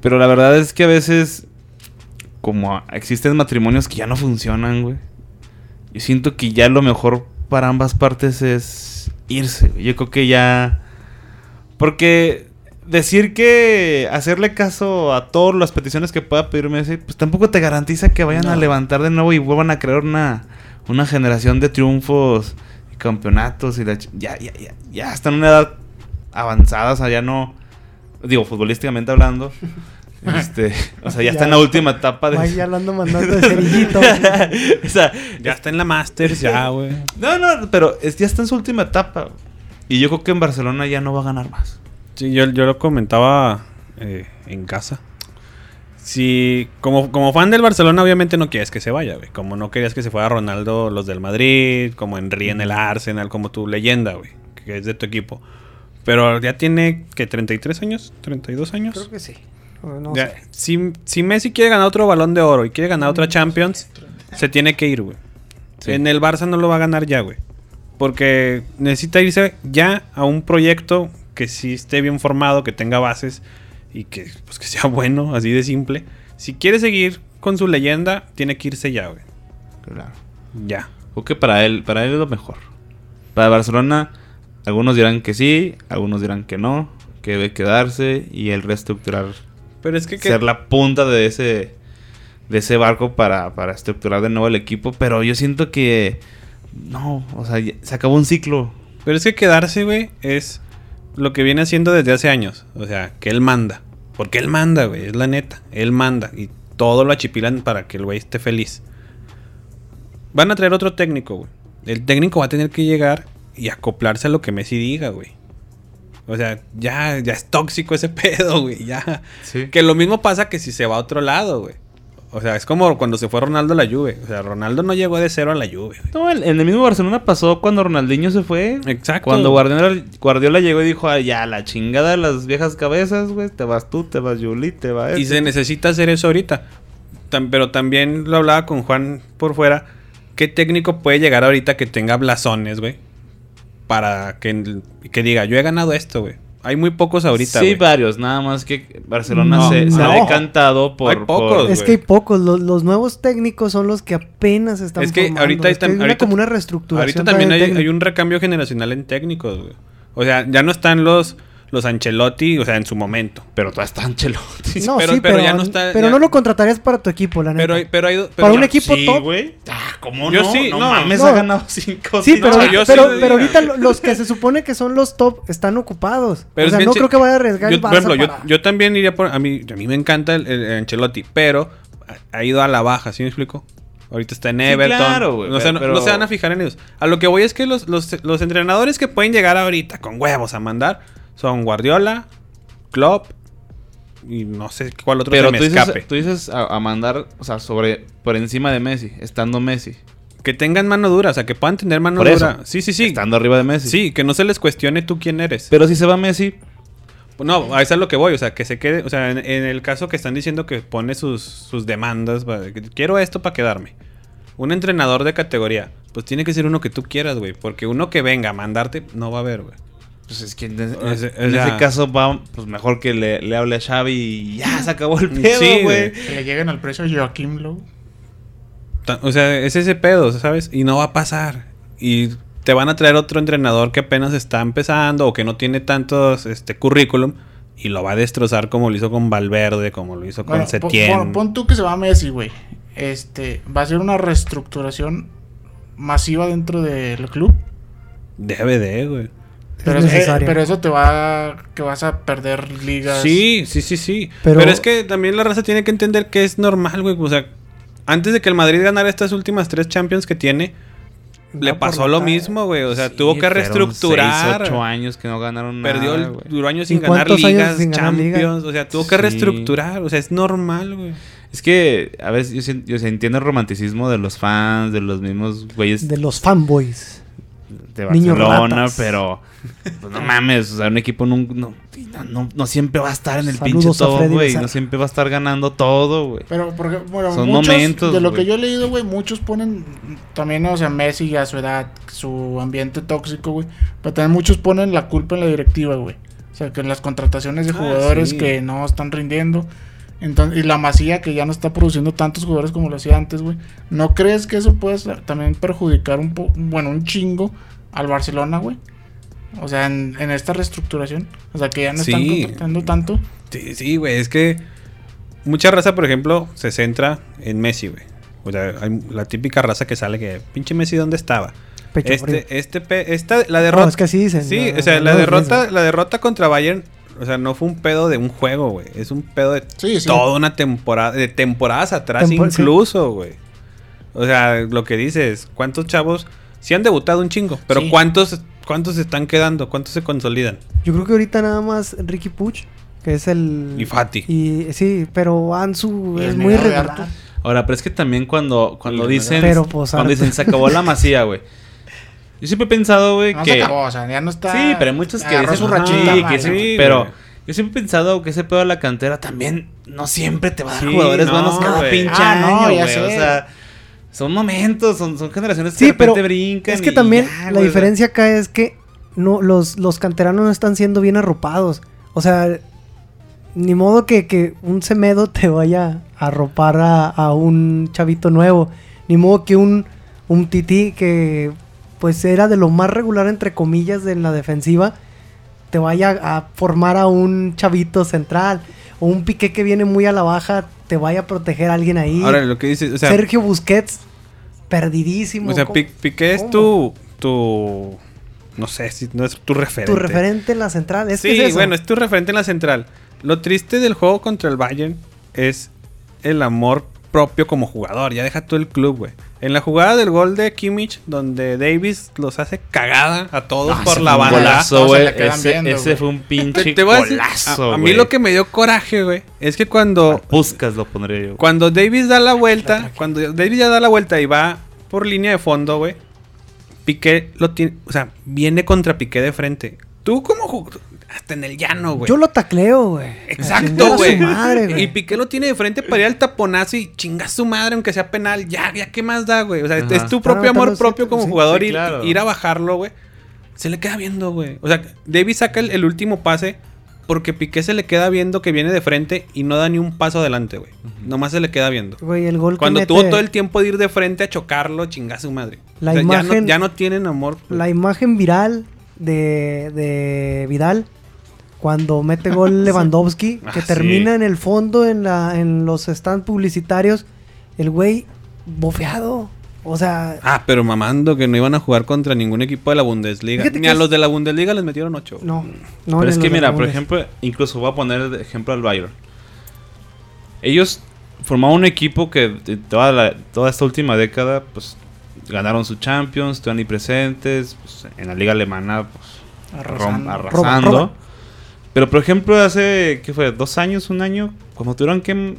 S1: pero la verdad es que a veces, como a- existen matrimonios que ya no funcionan, güey, yo siento que ya lo mejor para ambas partes es irse. güey. Yo creo que ya... Porque decir que hacerle caso a todas las peticiones que pueda pedir Messi, pues tampoco te garantiza que vayan
S2: No.
S1: a levantar de nuevo y vuelvan a crear una, una generación de triunfos y campeonatos y la ch- ya, ya, ya, ya están en una edad avanzada, o sea, ya no, digo, futbolísticamente hablando, este, o sea, ya,
S3: Ya.
S1: está en la última etapa de...
S3: Ay, ya lo ando mandando de cerillito.
S1: o sea,
S4: Ya está en la Masters, ya, güey.
S1: no, no, pero es- ya está en su última etapa. Y yo creo que en Barcelona ya no va a ganar más.
S4: Sí, yo, yo lo comentaba eh, en casa. si como, como fan del Barcelona obviamente no quieres que se vaya, güey. Como no querías que se fuera Ronaldo los del Madrid, como Henry en el Arsenal, como tu leyenda, güey, que es de tu equipo. Pero ya tiene que 33 años, 32 años.
S3: Creo que sí. O no
S4: Ya,
S3: sé. Mm.
S4: si, si Messi quiere ganar otro balón de oro y quiere ganar otra Champions, se tiene que ir, güey.
S1: Sí.
S4: En el Barça no lo va a ganar ya, güey. Porque necesita irse ya a un proyecto que sí esté bien formado, que tenga bases y que, pues, que sea bueno, así de simple. Si quiere seguir con su leyenda, tiene que irse ya, güey.
S1: Claro.
S4: Ya.
S1: Creo que para él, para él es lo mejor. Para Barcelona, algunos dirán que sí, algunos dirán que no, que debe quedarse y el reestructurar,
S4: Pero es que, que-
S1: ser la punta de ese, de ese barco para, para estructurar de nuevo el equipo. Pero yo siento que no, o sea, ya- se acabó un ciclo.
S4: pero es que quedarse, güey, es lo que viene haciendo desde hace años. O sea, que él manda. Porque él manda, güey, es la neta. Él manda. Y todo lo achipilan para que el güey esté feliz. Van a traer otro técnico, güey. El técnico va a tener que llegar y acoplarse a lo que Messi diga, güey. O sea, ya, ya es tóxico ese pedo, güey. Ya.
S1: Sí.
S4: Que lo mismo pasa que si se va a otro lado, güey. O sea, es como cuando se fue Ronaldo a la Juve. O sea, Ronaldo no llegó de cero a la Juve. güey.
S1: No, el- en el mismo Barcelona pasó cuando Ronaldinho se fue.
S4: Exacto.
S1: Cuando Guardiola, Guardiola llegó y dijo, "Ay, ya, la chingada de las viejas cabezas, güey. Te vas tú, te vas Juli, te va
S4: Y
S1: este".
S4: se necesita hacer eso ahorita. Tam- pero también lo hablaba con Juan por fuera. ¿Qué técnico puede llegar ahorita que tenga blasones, güey? Para que, que diga, yo he ganado esto, güey. Hay muy pocos ahorita.
S1: Sí,
S4: güey.
S1: varios, nada más que Barcelona
S3: No,
S1: se, se ha
S3: no.
S1: decantado por.
S4: Hay pocos,
S1: por-
S4: güey.
S3: Es que hay pocos, los, los nuevos técnicos son los que apenas están
S4: Es que
S3: formando.
S4: ahorita hay
S3: Es que
S4: tam-
S3: una-
S4: ahorita-
S3: como una reestructuración.
S4: Ahorita también hay,
S3: todavía de
S4: hay un recambio generacional en técnicos, güey. O sea, ya no están los, los Ancelotti, o sea, en su momento.
S1: Pero todavía está Ancelotti.
S3: técnico. No,
S4: pero-
S3: sí,
S4: pero
S3: pero,
S4: ya no está-
S3: pero
S4: ya-
S3: no lo contratarías para tu equipo, la neta.
S4: Pero, hay- pero hay. pero-
S3: Para un equipo
S1: sí,
S3: top.
S1: güey. Ah, ¿cómo
S4: Yo
S1: no?
S4: sí,
S1: no,
S4: no.
S1: mames,
S3: No.
S1: ha ganado cinco.
S3: Sí, pero,
S4: yo
S3: pero,
S4: sí lo diría.
S3: pero ahorita lo- los que se supone que son los top están ocupados.
S4: Pero
S3: o
S4: es
S3: sea,
S4: bien
S3: no
S4: chi-
S3: creo que vaya a arriesgar el
S4: yo, por
S3: Barça
S4: ejemplo, yo,
S3: para-
S4: yo también iría por. A mí, a mí me encanta el, el Ancelotti, pero ha ha ido a la baja, ¿sí me explico? Ahorita está en
S1: Sí,
S4: Everton.
S1: claro, güey,
S4: no, se, no-
S1: pero-
S4: no se van a fijar en ellos. A lo que voy es que los, los- los entrenadores que pueden llegar ahorita con huevos a mandar son Guardiola, Klopp y no sé cuál otro
S1: Pero
S4: se me
S1: tú
S4: escape.
S1: dices, tú dices a, a mandar, o sea, sobre, por encima de Messi, estando Messi.
S4: Que tengan mano dura, o sea, que puedan tener mano
S1: Por eso.
S4: dura. Sí, sí, sí.
S1: Estando arriba de Messi.
S4: Sí, que no se les cuestione tú quién eres.
S1: Pero si se va Messi,
S4: No, a eso es lo que voy, o sea, que se quede, o sea, en, en el caso que están diciendo que pone sus, sus demandas, va, que quiero esto para quedarme. Un entrenador de categoría, pues tiene que ser uno que tú quieras, güey, porque uno que venga a mandarte no va a haber, güey.
S1: pues es que en, en-
S4: O sea, o
S1: en ese
S4: sea-
S1: caso va, pues mejor que le, le hable a Xavi y ya se acabó el pedo,
S4: Sí,
S1: güey.
S4: güey.
S2: Que le lleguen al precio a Joaquim Lowe.
S4: Ta- O sea, es ese pedo, ¿sabes? Y no va a pasar. Y te van a traer otro entrenador que apenas está empezando o que no tiene tantos este currículum y lo va a destrozar como lo hizo con Valverde, como lo hizo con
S2: Bueno, pon-
S4: Setién.
S2: pon- pon tú que se va Messi, güey. Este, va a ser una reestructuración masiva dentro del club.
S4: Debe de, güey.
S3: Es
S2: Pero, es- eh,
S3: necesario.
S2: pero eso te va a- que vas a perder ligas.
S4: Sí, sí, sí, sí. Pero,
S3: Pero-
S4: es que también la raza tiene que entender que es normal, güey. O sea, antes de que el Madrid ganara estas últimas tres Champions que tiene,
S3: Va
S4: le
S3: por
S4: pasó
S3: la
S4: lo
S3: cara.
S4: mismo, güey. O sea,
S1: Sí,
S4: tuvo que
S1: fueron
S4: reestructurar.
S1: seis, ocho años que no ganaron
S4: Perdió
S1: nada,
S4: el
S1: güey.
S4: duró años sin
S3: Ah, ¿Y
S4: ganar
S3: cuántos años
S4: ligas,
S3: sin ganar
S4: Champions.
S3: liga?
S4: O sea, tuvo que
S1: Sí.
S4: reestructurar. O sea, es normal, güey.
S1: Es que a veces yo, sien- yo se- entiendo el romanticismo de los fans, de los mismos güeyes
S3: De
S1: de,
S3: los fanboys. niños
S1: Barcelona,
S3: ratas.
S1: pero pues, no mames, o sea, un equipo nun- no, no, no- no siempre va a estar en el
S3: Saludos
S1: pinche
S3: a
S1: todo,
S3: Freddy
S1: güey.
S3: Becerra.
S1: No siempre va a estar ganando todo, güey.
S2: Pero, porque, bueno,
S1: Son
S2: muchos,
S1: momentos,
S2: de lo
S1: güey.
S2: que yo he leído, güey, muchos ponen también, o sea, Messi a su edad, su ambiente tóxico, güey. Pero también muchos ponen la culpa en la directiva, güey. O sea, que en las contrataciones de
S4: Ah,
S2: jugadores
S4: sí.
S2: que no están rindiendo. Entonces, y la masía que ya no está produciendo tantos jugadores como lo hacía antes, güey. ¿No crees que eso puede ser- también perjudicar un poco, bueno, un chingo al Barcelona, güey? O sea, en, en esta reestructuración. O sea, que ya no están
S4: Sí.
S2: contratando tanto.
S4: Sí, sí, güey. Es que mucha raza, por ejemplo, se centra en Messi, güey. O sea, hay la típica raza que sale que, pinche Messi, ¿dónde estaba?
S3: Pecho frío.
S4: Este, este, pe- esta, la derrota.
S3: No, es que así dicen.
S4: Sí,
S3: no,
S4: o sea,
S3: no,
S4: la
S3: no,
S4: derrota,
S3: no.
S4: la derrota contra Bayern, o sea, no fue un pedo de un juego, güey. Es un pedo de
S2: Sí, sí.
S4: toda una temporada, de temporadas atrás
S3: Tempo- sí.
S4: incluso, güey. O sea, lo que dices, ¿cuántos chavos sí han debutado un chingo? Pero
S2: Sí.
S4: ¿cuántos, cuántos se están quedando? ¿Cuántos se consolidan?
S3: Yo creo que ahorita nada más Ricky Puch, que Es el.
S4: Y Fati.
S3: Y, sí, pero Ansu
S2: Y el
S3: es muy
S2: negro de
S3: irregular.
S2: Arthur.
S1: Ahora, pero es que también cuando, cuando
S4: Pero,
S1: dicen.
S3: pero, pues,
S1: cuando
S3: ahora-
S1: dicen se acabó la masía, güey. Yo siempre he pensado, güey,
S2: No
S1: que.
S2: se acabó, o sea, ya no está.
S1: Sí, pero hay muchos que
S2: Agarró
S1: dicen,
S2: su
S1: "Ajá,
S2: rachita.
S1: sí,
S2: mal,
S1: que
S2: ¿no?
S1: sí,
S4: güey.
S1: pero yo siempre he pensado que ese pedo de la cantera también no siempre te va a dar
S4: Sí,
S1: jugadores
S4: no,
S1: buenos cada
S4: güey.
S1: pinche
S2: Ah, no,
S1: año,
S2: ya
S1: güey.
S2: sé.
S1: O sea, son momentos, son, son generaciones que
S3: Sí,
S1: de repente
S3: pero
S1: brincan.
S3: Es que
S1: y
S3: también
S1: ya,
S3: la
S1: güey,
S3: diferencia acá es que no, los, los canteranos no están siendo bien arropados. O sea, ni modo que, que un semedo te vaya a arropar a, a un chavito nuevo. Ni modo que un, un tití que pues era de lo más regular entre comillas en la defensiva te vaya a formar a un chavito central. O un piqué que viene muy a la baja te vaya a proteger a alguien ahí.
S4: Ahora, lo que dices, o sea,
S3: Sergio Busquets, perdidísimo.
S4: o sea
S3: ¿Cómo-
S4: Pi- Piqué es
S3: cómo?
S4: tu, tu, no sé, si no es tu referente.
S3: Tu referente en la central. Es que
S4: sí,
S3: es eso.
S4: bueno, es tu referente en la central. Lo triste del juego contra el Bayern es el amor propio como jugador. Ya deja tú el club, güey. En la jugada del gol de Kimmich, donde Davis los hace cagada a todos
S2: Ah,
S4: por
S2: sí,
S4: la
S2: un
S1: Un
S4: banda.
S1: golazo,
S2: Todos se
S1: güey.
S2: la quedan
S1: Ese,
S2: viendo,
S1: ese
S2: güey.
S1: fue un
S4: Te-
S1: pinche
S4: te voy a decir,
S1: golazo,
S4: a- a mí
S1: güey.
S4: lo que me dio coraje, güey, es que cuando
S1: Puskas lo pondría yo.
S4: Cuando Davis da la vuelta, cuando Davis ya da la vuelta y va por línea de fondo, güey. Piqué lo tiene, o sea, viene contra Piqué de frente. Tú como jugador, hasta en el llano, güey.
S3: Yo lo tacleo, güey.
S4: Exacto,
S3: A
S4: güey.
S3: su madre, güey.
S4: Y Piqué lo tiene de frente para ir al taponazo y chinga su madre, aunque sea penal. Ya, ya, ¿qué más da, güey? O sea,
S1: Ajá.
S4: es tu
S3: Están
S4: propio amor
S3: anotando
S4: propio
S3: siete,
S4: como
S3: sí,
S4: jugador
S1: sí,
S4: ir,
S1: claro.
S4: ir a bajarlo, güey. Se le queda viendo, güey. O sea, Davis saca el, el último pase porque Piqué se le queda viendo que viene de frente y no da ni un paso adelante, güey. Nomás se le queda viendo.
S3: Güey, el gol que
S4: Cuando
S3: mete-
S4: tuvo todo el tiempo de ir de frente a chocarlo, chinga su madre.
S3: La
S4: O sea, ya no- ya, no,
S3: imagen-
S4: tienen amor. güey.
S3: La imagen viral de, de Vidal. Cuando mete gol Lewandowski,
S4: Ah,
S3: que
S4: sí.
S3: termina en el fondo, en, la, en los stands publicitarios, el güey bofeado. O sea,
S4: Ah, pero mamando que no iban a jugar contra ningún equipo de la Bundesliga.
S3: Fíjate
S4: Ni
S3: que
S4: a
S3: es-
S4: los de la Bundesliga les metieron ocho. güey.
S3: no. no
S1: Pero
S3: ni
S1: es
S3: los
S1: que mira, por
S3: Ramones.
S1: ejemplo, incluso voy a poner de ejemplo al Bayern. Ellos formaron un equipo que de toda, la- toda esta última década, pues ganaron su Champions, estuvieron ahí presentes, pues, en la liga alemana, pues rom-
S2: Arrasando.
S1: arrasando.
S3: Roba, roba.
S1: Pero por ejemplo, hace, ¿qué fue? ¿Dos años? ¿Un año? Cuando tuvieron que,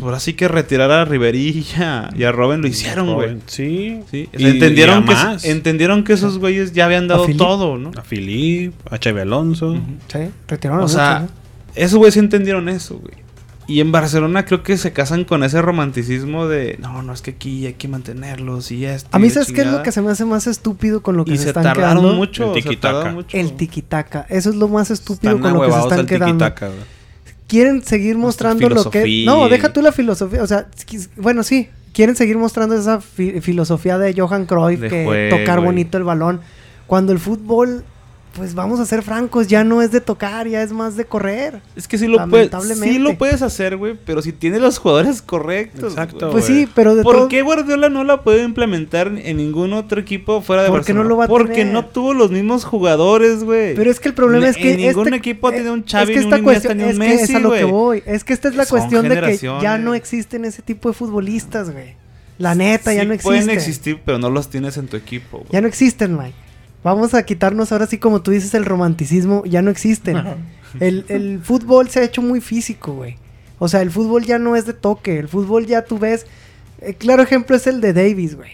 S1: por así que retirar a Riverilla y a Robin, lo hicieron, güey.
S4: Sí.
S1: Sí, o
S4: Y-
S1: sea, entendieron,
S4: y a
S1: que,
S4: más.
S1: entendieron que esos güeyes ya habían dado
S3: Philipp.
S1: todo, ¿no?
S4: A Filip, a Cheve Alonso.
S3: Sí, retiraron
S1: o
S3: los
S1: sea,
S3: ocho,
S1: esos güeyes sí entendieron eso, güey. Y en Barcelona creo que se casan con ese romanticismo de no, no es que aquí hay que mantenerlos y esto.
S3: ¿no? A
S1: y
S3: mí,
S1: la
S3: ¿sabes qué es lo
S1: chingada".
S3: que se me hace más estúpido con lo que
S1: y
S3: se,
S1: se
S3: están
S1: tardaron
S3: quedando?
S1: mucho,
S4: El
S1: se tardaron
S4: tiki-taka.
S1: mucho.
S3: El tiquitaca. Eso es lo más estúpido
S4: Están
S3: con lo que se
S4: ahuevados
S3: están
S4: al
S3: quedando.
S4: tiquitaca, güey.
S3: Quieren seguir
S1: Nuestra
S3: mostrando lo que.
S1: filosofía
S3: No,
S1: y-
S3: deja tú la filosofía. O sea, quis- bueno, sí. Quieren seguir mostrando esa fi- filosofía de Johan Cruyff,
S1: De
S3: que
S1: juego,
S3: tocar
S1: y-
S3: bonito el balón. Cuando el fútbol, pues vamos a ser francos, ya no es de tocar, ya es más de correr.
S1: Es que sí lo, puedes,
S3: Lamentablemente.
S1: sí lo puedes hacer, güey, pero si tienes los jugadores correctos.
S4: Exacto,
S1: güey.
S3: Pues
S4: güey.
S3: sí, pero de
S1: ¿Por
S3: todo-
S1: qué Guardiola no la puede implementar en ningún otro equipo fuera de
S3: ¿Por qué no
S1: Barcelona?
S3: lo va a
S1: Porque
S3: tener?
S1: no tuvo los mismos jugadores, güey.
S3: Pero es que el problema
S1: Ni-
S3: es que
S1: en ningún
S3: este-
S1: equipo ha tenido un
S3: es
S1: Xavi,
S3: que
S1: ni
S3: esta
S1: un Iniesta,
S3: cuestión,
S1: ni un
S3: es que
S1: Messi,
S3: es a lo que
S1: güey.
S3: voy. Es que esta es la
S1: Son
S3: cuestión de que ya
S1: generaciones.
S3: no existen ese tipo de futbolistas, güey. La neta, ya
S1: Sí
S3: no
S1: Pueden
S3: existen.
S1: existir, pero no los tienes en tu equipo, güey.
S3: Ya no existen, Mike. Vamos a quitarnos ahora sí, como tú dices, el romanticismo. Ya no existen. El, el fútbol se ha hecho muy físico, güey. O sea, el fútbol ya no es de toque. El fútbol ya tú ves. eh, claro ejemplo es el de Davis, güey.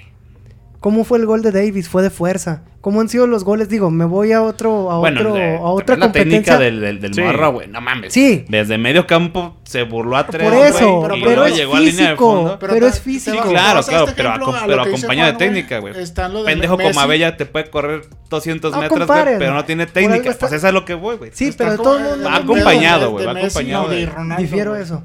S3: ¿Cómo fue el gol de Davis? Fue de fuerza. ¿Cómo han sido los goles? Digo, me voy a otro, a
S1: Bueno,
S3: otro,
S1: de-
S3: a otra
S1: también la técnica
S3: competencia.
S1: del, del, del
S4: Sí.
S1: morro, güey. No mames.
S3: Sí.
S1: Desde medio campo se burló a tres.
S3: Por
S1: güey,
S3: eso,
S1: y
S3: pero,
S1: luego
S3: es
S1: llegó a línea de
S3: físico,
S1: fondo.
S3: pero,
S2: Pero
S3: es
S2: te- te
S3: físico.
S2: bajo.
S1: claro,
S2: Vamos a
S1: claro,
S2: este
S1: pero,
S2: ejemplo,
S1: acom-
S2: a lo
S1: pero
S2: que dice
S1: acompañado de
S2: Juan, güey.
S1: técnica, güey.
S2: Están los de
S1: Pendejo
S2: Messi.
S1: como Abella te puede correr 200
S3: No
S1: metros, güey,
S3: compares,
S1: pero
S3: güey.
S1: no tiene
S3: Por algo
S1: técnica.
S3: está-
S1: Pues esa es lo que voy, güey.
S3: Sí,
S2: Está
S3: pero de
S2: como-
S3: todos modos
S2: el
S3: le
S1: Va
S3: dan
S2: mismo
S1: acompañado,
S2: de-
S1: güey,
S2: de
S1: va
S2: Messi,
S1: acompañado
S2: no, de
S1: de-
S2: Ronaldo,
S3: Difiero
S2: güey.
S3: eso.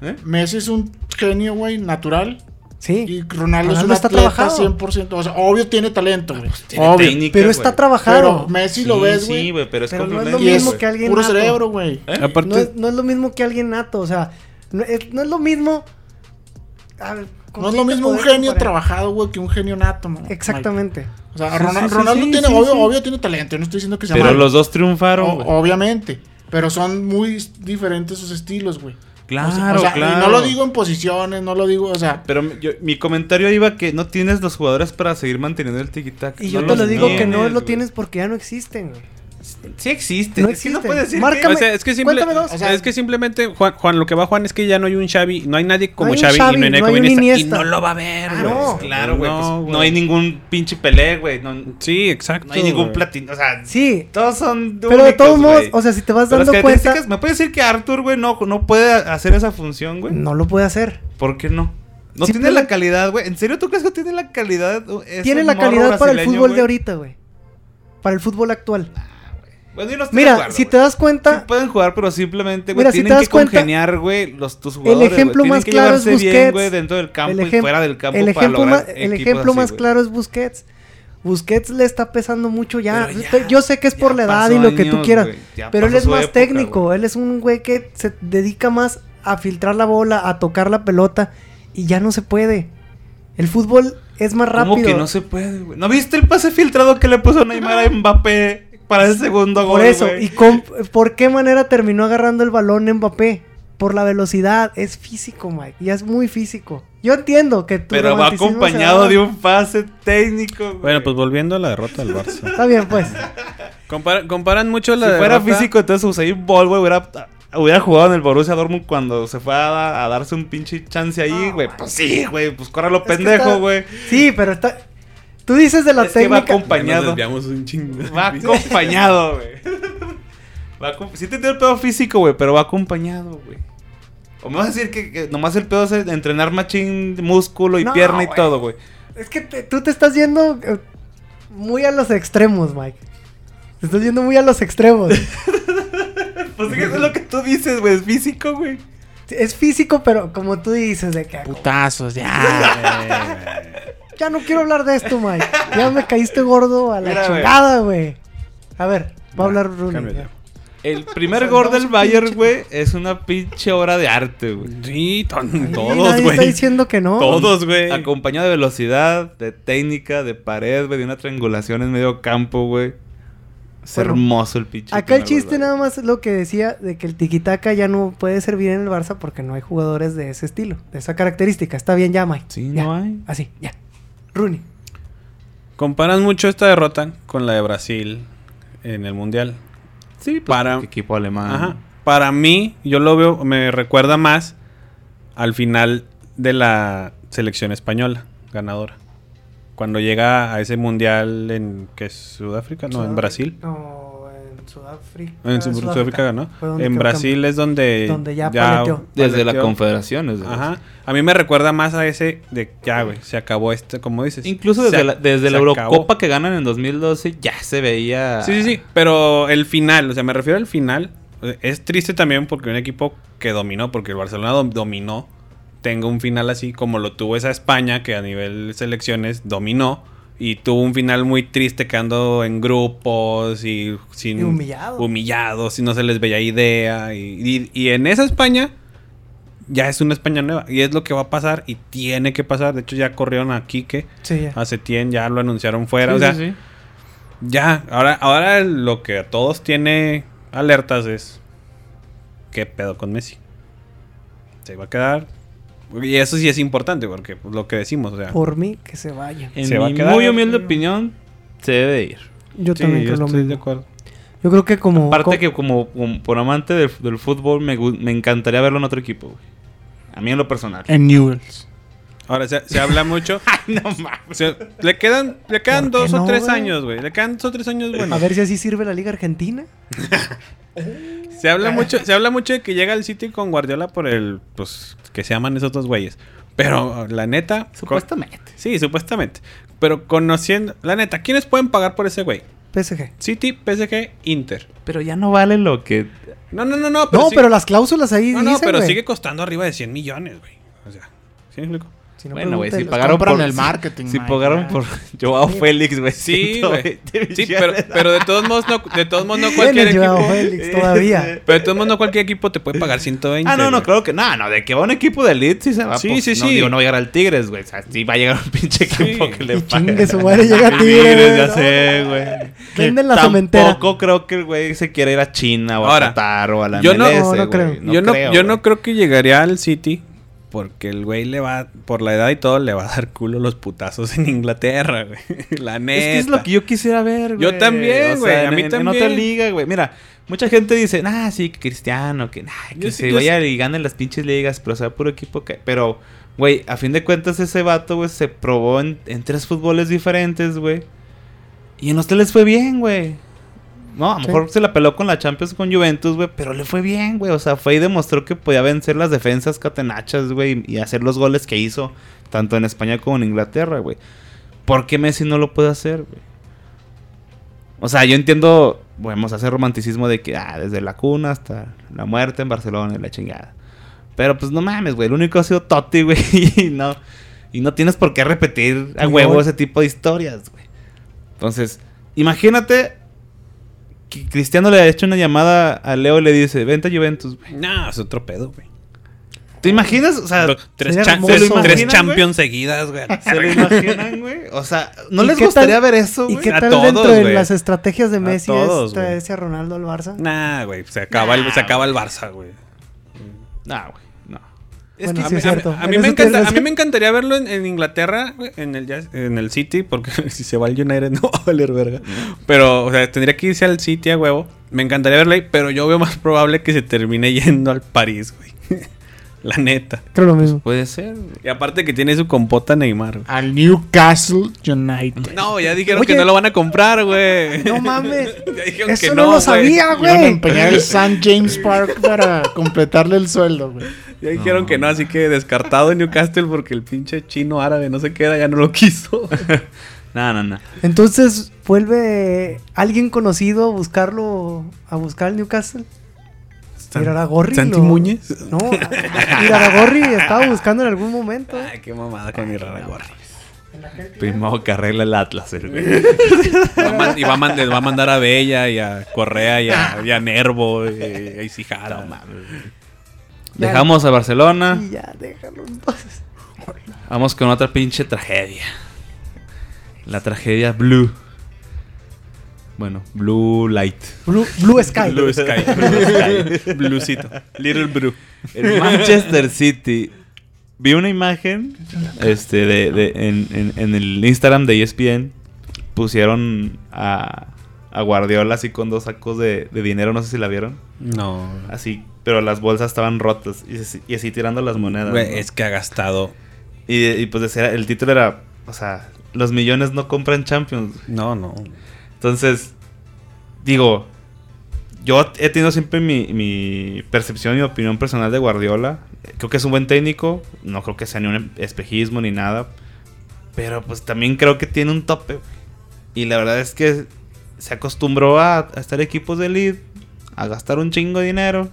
S1: ¿Eh?
S2: Messi es un genio, güey, natural. Y
S3: Sí.
S2: Ronaldo, es
S3: Ronaldo
S2: un
S3: está
S2: atleta
S3: trabajado.
S2: 100%. O sea, obvio tiene talento, güey.
S1: Tiene
S2: obvio.
S1: técnica,
S3: Pero
S1: güey.
S3: está
S2: Pero
S3: trabajado.
S2: Messi
S1: Sí,
S2: lo ves, güey.
S1: sí, güey, pero es
S3: Pero no es lo
S1: complemento,
S2: y es
S3: mismo
S1: güey.
S3: que alguien
S2: puro
S3: nato.
S2: cerebro, güey.
S1: ¿Eh?
S4: Aparte,
S3: No es, no es lo mismo que alguien nato, o sea, no es, no es lo mismo. a ver, ¿con
S2: No es
S3: quién
S2: lo
S3: te
S2: mismo un
S3: podrías
S2: genio
S3: comparar?
S2: trabajado, güey, que un genio nato, man.
S3: Exactamente.
S2: O sea,
S1: Sí,
S2: Rona-
S1: sí, sí,
S2: Ronaldo
S1: sí,
S2: tiene,
S1: sí,
S2: obvio,
S1: sí.
S2: obvio tiene talento. Yo no estoy diciendo que sea
S1: Pero
S2: malo.
S1: los dos triunfaron,
S2: O-
S1: güey.
S2: obviamente. Pero son muy diferentes sus estilos, güey.
S1: Claro,
S2: O sea, o sea, y
S1: claro.
S2: no lo digo en posiciones, no lo digo, o sea,
S1: Pero mi- yo- mi comentario iba que no tienes los jugadores para seguir manteniendo el tiki-taka.
S3: Y yo te lo digo que no lo
S1: güey.
S3: tienes porque ya no existen. güey.
S1: Sí existe.
S3: No
S1: es que no
S3: existen.
S1: puedes decir que...
S3: Márcame.
S4: O sea, es que, simple-
S3: Cuéntame dos.
S4: o sea, es que simplemente, Juan, Juan, lo que va Juan es que ya no hay un Xavi, no hay nadie como
S3: hay un
S4: Xavi,
S3: Xavi,
S4: y no hay nadie
S3: no
S4: como
S3: hay un
S4: Iniesta, Y
S3: Iniesta.
S4: no lo va a ver,
S3: Ah,
S4: güey.
S3: no.
S1: Claro, güey. pues, No,
S4: güey.
S1: hay ningún pinche pelé, güey. No, no
S4: Sí, exacto.
S1: hay ningún
S4: güey.
S1: platino. O sea,
S3: Sí,
S1: todos son
S3: pero de
S1: únicos,
S3: todos modos,
S1: güey.
S3: o sea, si te vas
S1: Pero las
S3: dando cuenta,
S1: características- ¿Me puedes decir que Arthur, güey, no, no puede hacer esa función, güey?
S3: no lo puede hacer.
S1: ¿Por qué no? No
S3: Simplemente-
S1: tiene la calidad, güey. ¿En serio tú crees que tiene la calidad? ese
S3: Tiene la
S1: morro
S3: calidad para el
S1: brasileño,
S3: fútbol
S1: güey?
S3: de ahorita, güey. Para el fútbol actual.
S1: Bueno, yo no estoy
S3: Mira,
S1: de acuerdo,
S3: si
S1: güey.
S3: te das cuenta,
S1: Sí pues, pueden jugar, pero simplemente, güey,
S3: Mira, si
S1: tienen
S3: te das
S1: que
S3: cuenta,
S1: congeniar, güey, los tus jugadores. güey.
S3: ejemplo
S1: Tienen
S3: más
S1: que
S3: claro es
S1: llevarse bien,
S3: Busquets.
S1: güey, dentro del campo
S3: ejem-
S1: y fuera del campo
S3: el
S1: para
S3: ejemplo,
S1: lograr
S3: más, el
S1: equipos
S3: ejemplo
S1: así,
S3: más
S1: güey.
S3: claro es Busquets. Busquets le está pesando mucho ya.
S1: Pero ya,
S3: Yo sé que es
S1: ya
S3: por la edad
S1: pasó
S3: y lo que tú
S1: años,
S3: quieras.
S1: güey. Ya
S3: Pero él
S1: pasó
S3: es
S1: su
S3: más
S1: época,
S3: técnico.
S1: güey.
S3: Él es un güey que se dedica más a filtrar la bola, a tocar la pelota. Y ya no se puede. El fútbol es más rápido.
S1: ¿Cómo que no se puede, güey? ¿No viste el pase filtrado que le puso Neymar a Mbappé para el segundo gol,
S3: Por eso,
S1: güey?
S3: ¿y con- por qué manera terminó agarrando el balón Mbappé? Por la velocidad, es físico, Mike, ya es muy físico. Yo entiendo que tu
S1: Pero va
S3: romanticismo se
S1: acompañado
S3: daba-
S1: de un pase técnico, güey.
S4: Bueno, pues volviendo a la derrota del Barça.
S3: Está bien, pues.
S4: Compara- comparan mucho
S1: Si
S4: la
S1: fuera
S4: derrota-
S1: físico, entonces Usain Bolt, güey, hubiera, hubiera jugado en el Borussia Dortmund cuando se fue a, a darse un pinche chance ahí,
S3: No,
S1: güey.
S3: güey.
S1: Pues sí, güey, pues corre lo
S3: Ah. Es que está-
S1: pendejo, güey.
S3: Sí, pero está... Tú dices de la
S1: Es que va
S3: técnica...
S4: Ya nos
S1: acompañado.
S4: desviamos un chingo.
S1: Va acompañado, güey. Va acom- Sí te tiene el pedo físico, güey, pero va acompañado, güey. O me vas a decir que, que nomás el pedo es entrenar machín, músculo y
S3: No,
S1: pierna y
S3: güey.
S1: todo, güey.
S3: Es que te- tú te estás yendo eh, muy a los extremos, Mike. Te estás yendo muy a los extremos.
S1: Pues sí, eso es lo que tú dices, güey, es físico, güey.
S3: es físico, pero como tú dices, de que...
S4: Putazos, ya.
S3: Ya no quiero hablar de esto, Mike. Ya me caíste gordo a la
S1: Mira, güey.
S3: chingada, güey. A ver, va a
S4: Nah,
S3: hablar Rooney.
S4: cámbiate.
S3: ya.
S1: El primer gol del Bayern, güey, es una pinche obra de arte, güey.
S4: sí, ton-
S3: Ahí
S4: todos,
S3: nadie está
S4: güey.
S3: diciendo que no.
S4: Todos, güey.
S1: Acompañado de velocidad, de técnica, de pared, güey, de una triangulación en medio campo, güey. Es
S3: Bueno,
S1: hermoso el pinche.
S3: Acá el
S1: primer
S3: chiste
S1: gol,
S3: nada
S1: güey.
S3: más es lo que decía de que el tiquitaca ya no puede servir en el Barça porque no hay jugadores de ese estilo, de esa característica. Está bien ya, Mike.
S1: Sí,
S3: Ya.
S1: no hay.
S3: Así, ya. Rooney.
S4: Comparan mucho esta derrota con la de Brasil en el Mundial.
S1: Sí,
S3: pues,
S4: Para,
S1: Equipo alemán.
S4: ajá, para mí, yo lo veo, me recuerda más al final de la selección española ganadora. Cuando llega a ese Mundial en que es Sudáfrica, no, en
S3: Sudáfrica-
S4: Brasil.
S3: No, en Sudáfrica.
S4: En Sud- Sudáfrica ganó.
S3: Fue donde
S4: En
S3: quedó
S4: Brasil es donde,
S3: Donde ya paleteó.
S1: Desde la
S4: paleteó.
S1: confederación. desde la-
S4: Ajá. A mí me recuerda más a ese de ya, güey, se acabó esto, como dices.
S1: Incluso desde
S4: Se-
S1: la, desde
S4: se
S1: la Eurocopa
S4: acabó.
S1: que ganan en 2012 ya se veía.
S4: Sí, sí, sí. Pero el final, o sea, me refiero al final. O sea, Es triste también porque un equipo que dominó, porque el Barcelona dom- dominó, tenga un final así como lo tuvo esa España, que a nivel selecciones dominó. Y tuvo un final muy triste quedando en grupos y sin...
S3: Y humillado.
S4: Humillados y no se les veía idea. Y, y- y en esa España ya es una España nueva. Y es lo que va a pasar y tiene que pasar. De hecho ya corrieron a Quique,
S3: Sí, ya.
S4: a Setién, ya lo anunciaron fuera.
S1: Sí,
S4: o sea,
S1: sí, sí.
S4: ya, ahora, ahora lo que a todos tiene alertas es qué pedo con Messi. Se va a quedar. Y eso sí es importante, porque pues, lo que decimos, o sea,
S3: Por mí, que se vaya.
S1: En
S4: se va a
S1: mi
S4: quedar.
S1: muy humilde opinión, se debe ir.
S3: Yo
S4: sí,
S3: también
S4: yo
S3: creo lo
S4: estoy
S3: mismo.
S4: de acuerdo.
S3: Yo creo que como...
S1: Aparte
S3: co-
S1: que como, como por amante del, del fútbol me, gu- me encantaría verlo en otro equipo, güey. A mí en lo personal.
S2: En Newells.
S4: Ahora se, se habla mucho.
S1: no mames.
S4: se- le quedan, le quedan
S3: ¿Por qué
S4: dos o
S3: no,
S4: tres
S3: güey?
S4: años, güey. Le quedan dos o tres años, bueno.
S3: A ver si así sirve la Liga Argentina.
S4: Se habla mucho, se habla mucho de que llega al City con Guardiola por el, pues, que se aman esos dos güeyes. Pero la neta, con-
S1: Supuestamente.
S4: sí, supuestamente. Pero conociendo, la neta, ¿quiénes pueden pagar por ese güey?
S3: PSG.
S4: City, PSG, Inter.
S1: Pero ya no vale lo que.
S4: No, no, no, no.
S3: No,
S4: sí-
S3: pero las cláusulas ahí
S4: no,
S3: dicen,
S4: no, pero
S3: güey.
S4: sigue costando arriba de 100 millones, güey. O sea, ¿sí me explico?
S3: Si no,
S1: bueno, güey, si
S3: pregúntale.
S1: pagaron
S2: compran
S1: por.
S2: el marketing,
S1: Si, si
S2: Mike,
S1: pagaron
S2: ya.
S1: por Joao Félix, güey.
S4: Sí, güey.
S1: 120
S4: Sí, pero,
S1: millones.
S4: pero de todos modos no, de todos modos no
S3: Bueno,
S4: cualquier
S3: Joao
S4: equipo.
S3: Félix, todavía.
S4: Pero de todos modos no cualquier equipo te puede pagar 120.
S1: Ah, no, no,
S4: güey.
S1: claro que no, no, de que va un equipo de Leeds sí se va.
S4: Sí,
S1: pues,
S4: sí,
S1: no,
S4: sí.
S1: Digo, no va a llegar al Tigres, güey. O sea, sí va a llegar un pinche
S4: Sí.
S1: equipo que le
S3: Y
S1: pague.
S3: chingue su madre, llega Tigres,
S1: ya
S3: ¿no?
S1: sé, güey.
S3: Venden la cementera.
S1: Tampoco creo que el güey se quiera ir a China o
S4: Ahora,
S1: a Qatar o a la
S4: yo no-
S1: MLS,
S3: no, no
S1: güey.
S3: creo.
S4: yo no, yo
S1: güey.
S4: no creo que llegaría al City Porque el güey le va, por la edad y todo, le va a dar culo los putazos en Inglaterra, güey. La neta.
S1: Es que es lo que yo quisiera ver, güey.
S4: Yo también, güey, a
S1: en-
S4: mí
S1: en- En
S4: también.
S1: otra liga, güey. Mira, mucha gente dice, ah, sí, que Cristiano, que, nah, que
S4: Yo sí-
S1: se
S4: yo
S1: vaya y gane las pinches ligas, pero sea puro equipo que. Pero, güey, a fin de cuentas, ese vato, güey, se probó en, en tres fútboles diferentes, güey. Y en los tres les fue bien, güey. No, a lo
S2: Sí.
S1: mejor se la peló con la Champions con Juventus, güey, pero le fue bien, güey. O sea, fue y demostró que podía vencer las defensas catenachas, güey, y hacer los goles que hizo, tanto en España como en Inglaterra, güey. ¿Por qué Messi no lo puede hacer, güey? O sea, yo entiendo, vamos a hacer romanticismo de que, ah, desde la cuna hasta la muerte en Barcelona y la chingada. Pero pues no mames, güey, el único ha sido Totti, güey, y no, y no tienes por qué repetir a
S3: No.
S1: huevo ese tipo de historias, güey. Entonces, imagínate que Cristiano le ha hecho una llamada a Leo y le dice, vente a Juventus, güey.
S4: No, es otro pedo, güey.
S1: ¿Te imaginas? O sea,
S4: Tres,
S3: sería
S4: cha-
S3: hermoso,
S4: tres-
S3: güey.
S4: tres
S1: ¿Imaginas,
S4: champions seguidas, güey.
S1: ¿se lo imaginan, güey? O sea, ¿no
S3: ¿Y
S1: les
S3: qué tal-
S1: gustaría ver eso,
S3: ¿Y
S1: güey?
S3: qué
S4: a
S3: tal
S4: todos,
S3: dentro de
S4: güey.
S3: las estrategias de Messi
S4: todos,
S3: es
S4: güey.
S3: traerse a Ronaldo al Barça?
S4: Nah, güey. Se acaba, el, se acaba el Barça, güey.
S1: No, güey, no.
S3: Bueno, sí,
S4: a mí-
S3: es
S4: a mí-
S3: cierto.
S4: a
S3: En
S4: mí
S3: eso
S4: me encanta-
S3: tienes
S4: a mí me
S3: razón.
S4: encantaría verlo en, en Inglaterra, güey, en el, Jazz- en el City, porque si se va al United no va a valer verga. Pero, o sea, tendría que irse al City a huevo. Me encantaría verlo ahí, pero yo veo más probable que se termine yendo al París, güey. La neta.
S3: Creo lo mismo.
S1: Puede ser, güey.
S4: Y aparte que tiene su compota Neymar, güey.
S2: Al Newcastle United.
S4: No, ya dijeron
S3: Oye.
S4: que no lo van a comprar, güey.
S3: No mames.
S4: Ya dijeron
S3: Eso
S4: que
S3: no,
S4: no,
S3: lo
S4: güey.
S3: sabía,
S2: Iban a
S3: güey.
S2: empeñar el St. James Park para completarle el sueldo, güey.
S4: Ya dijeron que no, así que descartado en Newcastle porque el pinche chino árabe no se queda, ya no lo quiso.
S1: No, no, no.
S3: Entonces, ¿vuelve alguien conocido a buscarlo, a buscar el Newcastle? Iraragorri.
S4: ¿Santi
S3: lo-
S4: Muñez?
S3: No, a- Iraragorri estaba buscando en algún momento.
S4: Ay, qué mamada con mi rara gorra.
S1: Primero que arregla el Atlas, el güey.
S4: Va a man- y va a, man- les va a mandar a Bella y a Correa y a, y a Nervo y a Isijara.
S3: Ya.
S1: Dejamos a
S4: Ah.
S1: Barcelona.
S3: Y ya, déjalo entonces.
S1: Vamos con otra pinche tragedia. La tragedia Blue. Bueno, Blue Light.
S3: Blue, Blue Sky.
S4: Blue Sky. Blue Sky. Bluecito. Little Blue.
S1: El Manchester City. Vi una imagen este, de, de- en, en- en el Instagram de E ESPN. Pusieron a, a Guardiola así con dos sacos de, de dinero. No sé si la vieron.
S4: No.
S1: Así, pero las bolsas estaban rotas. Y, así- y así tirando las monedas. ¿no?
S4: Güey, es que ha gastado.
S1: Y, y, pues decía, el título era, o sea, los millones no compran Champions.
S4: No, no.
S1: Entonces, digo, yo he tenido siempre mi, mi percepción y opinión personal de Guardiola. Creo que es un buen técnico, no creo que sea ni un espejismo ni nada. Pero pues también creo que tiene un tope. güey. Y la verdad es que se acostumbró a, a estar equipos de lead, a gastar un chingo de dinero,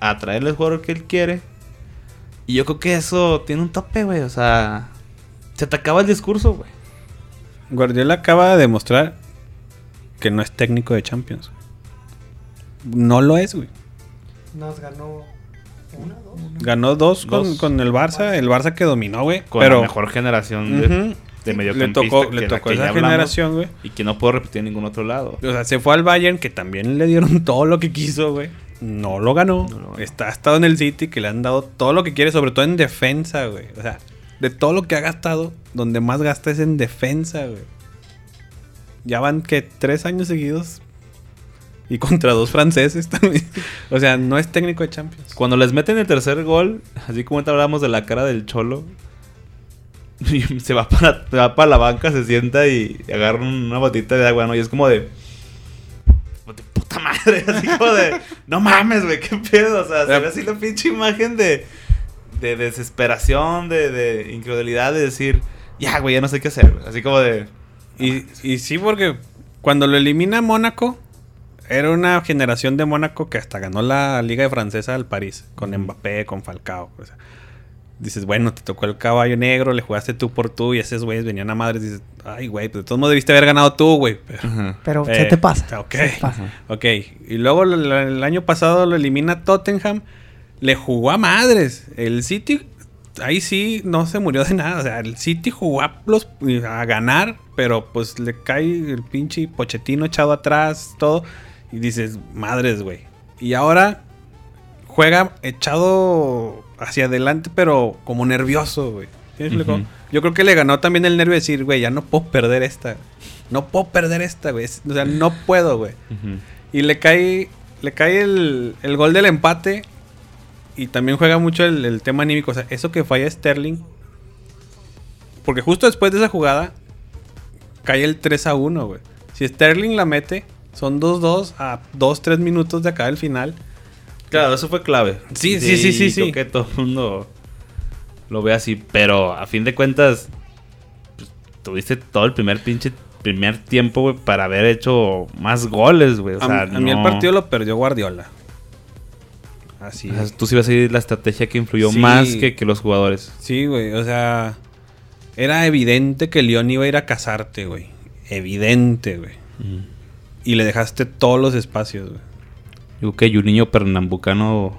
S1: a traerle el jugador que él quiere. Y yo creo que eso tiene un tope, güey. O sea, se atacaba el discurso, güey.
S4: Guardiola acaba de demostrar que no es técnico de Champions. No lo es, güey.
S3: Nos ganó una, dos.
S4: Ganó dos con,
S1: Dos.
S4: con el Barça. El Barça que dominó, güey.
S1: Con
S4: pero
S1: la mejor generación de,
S4: Ujú.
S1: de
S4: le
S1: mediocampista
S4: tocó,
S1: que
S4: le
S1: la
S4: tocó
S1: que ya
S4: esa
S1: hablamos,
S4: generación, güey.
S1: Y que no puedo repetir en ningún otro lado.
S4: O sea, se fue al Bayern, que también le dieron todo lo que quiso, güey. No lo ganó.
S1: No lo ganó.
S4: Está, ha estado en el City, que le han dado todo lo que quiere, sobre todo en defensa, güey. O sea, de todo lo que ha gastado, donde más gasta es en defensa, güey. Ya van que tres años seguidos y contra dos franceses también. O sea, no es técnico de Champions.
S1: Cuando les meten el tercer gol, así como ahorita hablamos de la cara del cholo, y se va para, se va para la banca, se sienta y agarra una botita de agua, ¿no? Y es como de. como de Puta madre, así como de. No mames, güey, qué pedo. O sea, se ve así la pinche imagen de. De desesperación, de, de incredulidad, de decir, ya, güey, ya no sé qué hacer. Así como de.
S4: Y, y sí, porque cuando lo elimina Mónaco, era una generación de Mónaco que hasta ganó la Liga Francesa al París, con Mbappé, con Falcao. o sea. dices, bueno, te tocó el caballo negro, le jugaste tú por tú y esos güeyes venían a madres. Dices, ay, güey, pues de todos modos debiste haber ganado tú, güey. Pero,
S3: Pero
S4: eh,
S3: se te pasa.
S4: Ok.
S3: se te pasa.
S4: Ok, y luego lo- la- el año pasado lo elimina Tottenham. Le jugó a madres. El City, ahí sí, no se murió de nada. O sea, el City jugó a, los- a ganar, pero pues le cae el pinche pochetino echado atrás, todo. Y dices, madres, güey. Y ahora juega echado hacia adelante, pero como nervioso, güey. ¿Sí me explico?
S1: Ujú.
S4: Yo creo que le ganó también el nervio de decir, güey, ya no puedo perder esta. No puedo perder esta, güey. Es- O sea, no puedo, güey.
S1: Ujú.
S4: Y le cae, le cae el, el gol del empate. Y también juega mucho el, el tema anímico. O sea, eso que falla Sterling. Porque justo después de esa jugada, cae el 3 a 1, güey. Si Sterling la mete, son 2-2 a 2-3 minutos de acá del final.
S1: Claro, eso fue clave.
S4: Sí, sí, sí, sí,
S1: y
S4: sí.
S1: Creo que todo el mundo lo ve así, pero a fin de cuentas, pues, tuviste todo el primer pinche primer tiempo, güey, para haber hecho más goles, güey. O
S4: a,
S1: sea,
S4: mí- a mí el
S1: no-
S4: partido lo perdió Guardiola. Así
S1: O
S4: es.
S1: sea, tú sí vas a seguir la estrategia que influyó
S4: Sí.
S1: más que, que los jugadores.
S4: Sí, güey, o sea, era evidente que León iba a ir a casarte, güey. Evidente, güey. Y le dejaste todos los espacios, güey.
S1: Digo que Juninho Pernambucano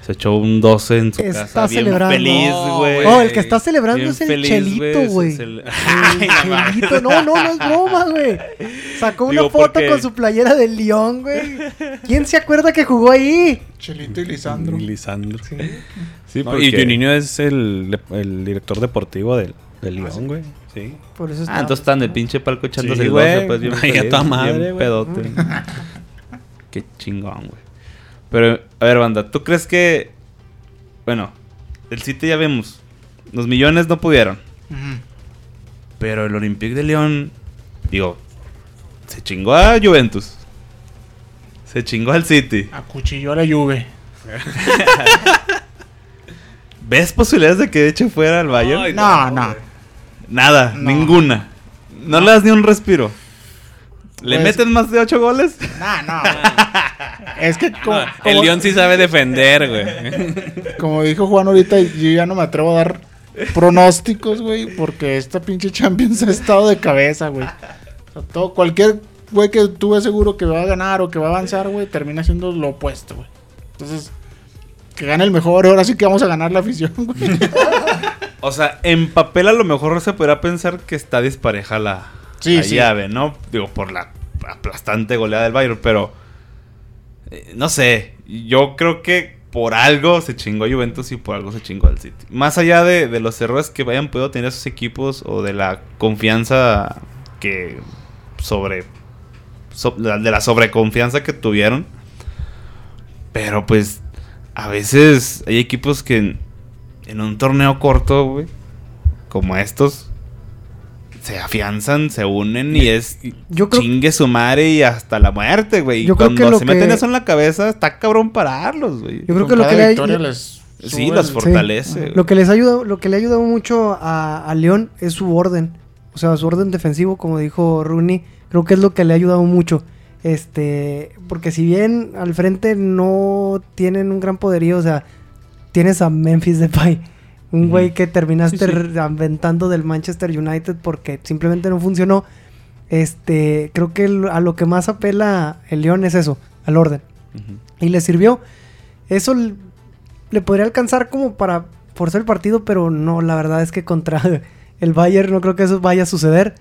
S1: se echó un 12 en su
S3: Está
S1: casa. bien
S3: celebrando.
S1: feliz,
S4: No,
S1: güey.
S4: güey.
S3: Oh, el que está celebrando
S1: Bien
S3: es el
S1: feliz,
S3: Chelito,
S1: güey,
S3: güey.
S1: es el-
S3: El Chelito. No, no, no es broma, güey. Sacó una
S1: Digo,
S3: foto
S1: porque-
S3: con su playera del León, güey. ¿Quién se acuerda que jugó ahí?
S2: Chelito y Lisandro.
S4: Lisandro.
S1: Sí,
S4: No,
S1: porque-
S4: y Juninho es el, el director deportivo del, del León, güey. Sí.
S3: Por eso
S1: Ah,
S3: está.
S1: entonces están en el pinche palco echándose
S4: Sí,
S1: el 12,
S4: güey.
S1: pues bien
S4: Ay, a
S1: feliz,
S4: toda
S1: bien
S4: madre, güey.
S1: pedote. Qué chingón, güey. Pero, a ver, banda, ¿tú crees que... Bueno, el City ya vemos. Los millones no pudieron.
S2: Ujú.
S1: Pero el Olympique de León, digo, se chingó a Juventus. Se chingó al City.
S2: Acuchilló a la Juve.
S1: ¿Ves posibilidades de que de hecho fuera al Bayern?
S4: Ay, no,
S2: No, no.
S4: güey.
S1: Nada,
S2: No.
S1: ninguna. No le das ni un respiro. ¿Le
S2: Pues-
S1: meten más de 8 goles?
S2: No, no. güey. es que como,
S4: El
S2: como-
S4: León sí sabe defender, güey.
S2: como dijo Juan ahorita, yo ya no me atrevo a dar pronósticos, güey, porque esta pinche Champions ha estado de cabeza, güey. O sea, todo, cualquier güey que tú ves seguro que va a ganar o que va a avanzar, güey, termina siendo lo opuesto, güey. Entonces, que gane el mejor, ahora sí que vamos a ganar la afición, güey.
S1: O sea, en papel a lo mejor se podrá pensar que está dispareja la,
S2: Sí,
S1: la
S2: sí.
S1: llave, ¿no? Digo, por la aplastante goleada del Bayern, pero... eh, no sé, yo creo que por algo se chingó a Juventus y por algo se chingó al City. Más allá de, de los errores que hayan podido tener esos equipos o de la confianza que sobre... so- la- de la sobreconfianza que tuvieron. Pero pues a veces hay equipos que en, en un torneo corto, güey, como estos, se afianzan, se unen y es
S3: Yo creo-
S1: chingue su madre y hasta la muerte, güey. Y
S3: Yo creo que
S1: cuando
S3: lo
S1: se meten
S3: que-
S1: eso en la cabeza, está cabrón pararlos, güey.
S3: Yo creo
S2: Con
S3: que lo
S2: cada
S3: que le ha-
S2: victoria les
S1: Sí,
S2: sube
S1: los
S2: el-
S3: for-
S1: fortalece. güey.
S3: Lo que les ayuda, lo que le ha ayudado mucho a, a León es su orden. O sea, su orden defensivo, como dijo Rooney, creo que es lo que le ha ayudado mucho. Este, porque si bien al frente no tienen un gran poderío, o sea, tienes a Memphis Depay, un
S1: Ujú.
S3: güey que terminaste
S4: Sí, sí.
S3: re- aventando del Manchester United porque simplemente no funcionó. Este, creo que el- a lo que más apela el León es eso, al orden
S1: Ujú.
S3: y le sirvió. Eso l- le podría alcanzar como para forzar el partido, pero no, la verdad es que contra el Bayern no creo que eso vaya a suceder.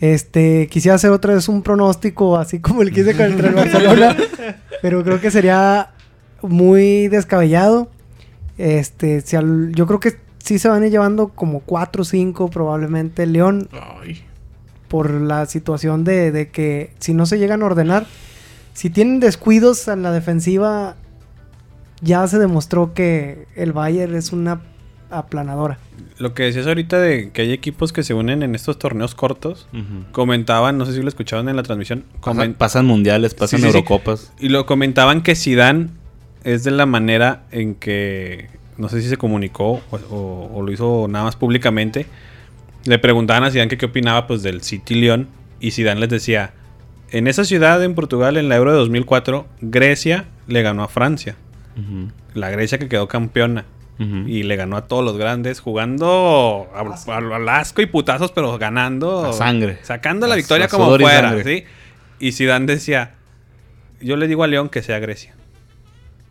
S3: Este, quisiera hacer otra vez un pronóstico, así como el que hice contra el Barcelona, pero creo que sería muy descabellado. Este, si al- yo creo que sí se van a ir llevando como 4 o 5 probablemente el León
S2: Ay.
S3: por la situación de, de que si no se llegan a ordenar, si tienen descuidos en la defensiva, ya se demostró que el Bayern es una aplanadora.
S4: Lo que decías ahorita de que hay equipos que se unen en estos torneos cortos.
S1: Ujú.
S4: Comentaban, no sé si lo escuchaban en la transmisión.
S1: Pasa-
S4: comen-
S1: pasan mundiales, pasan
S4: Sí, sí, sí.
S1: Eurocopas.
S4: Y lo comentaban que Zidane es de la manera en que no sé si se comunicó o, o- o lo hizo nada más públicamente. Le preguntaban a Zidane que qué opinaba pues del City León y Zidane les decía, en esa ciudad en Portugal en la Euro de 2004, Grecia le ganó a Francia,
S1: Ujú.
S4: la Grecia que quedó campeona
S1: Ujú.
S4: y le ganó a todos los grandes jugando a- a- al asco y putazos, pero ganando
S1: A sangre.
S4: sacando la
S1: A-
S4: victoria
S1: a
S4: como
S1: sudor y
S4: fuera,
S1: sangre.
S4: ¿sí? Y Zidane decía, yo le digo a León que sea Grecia.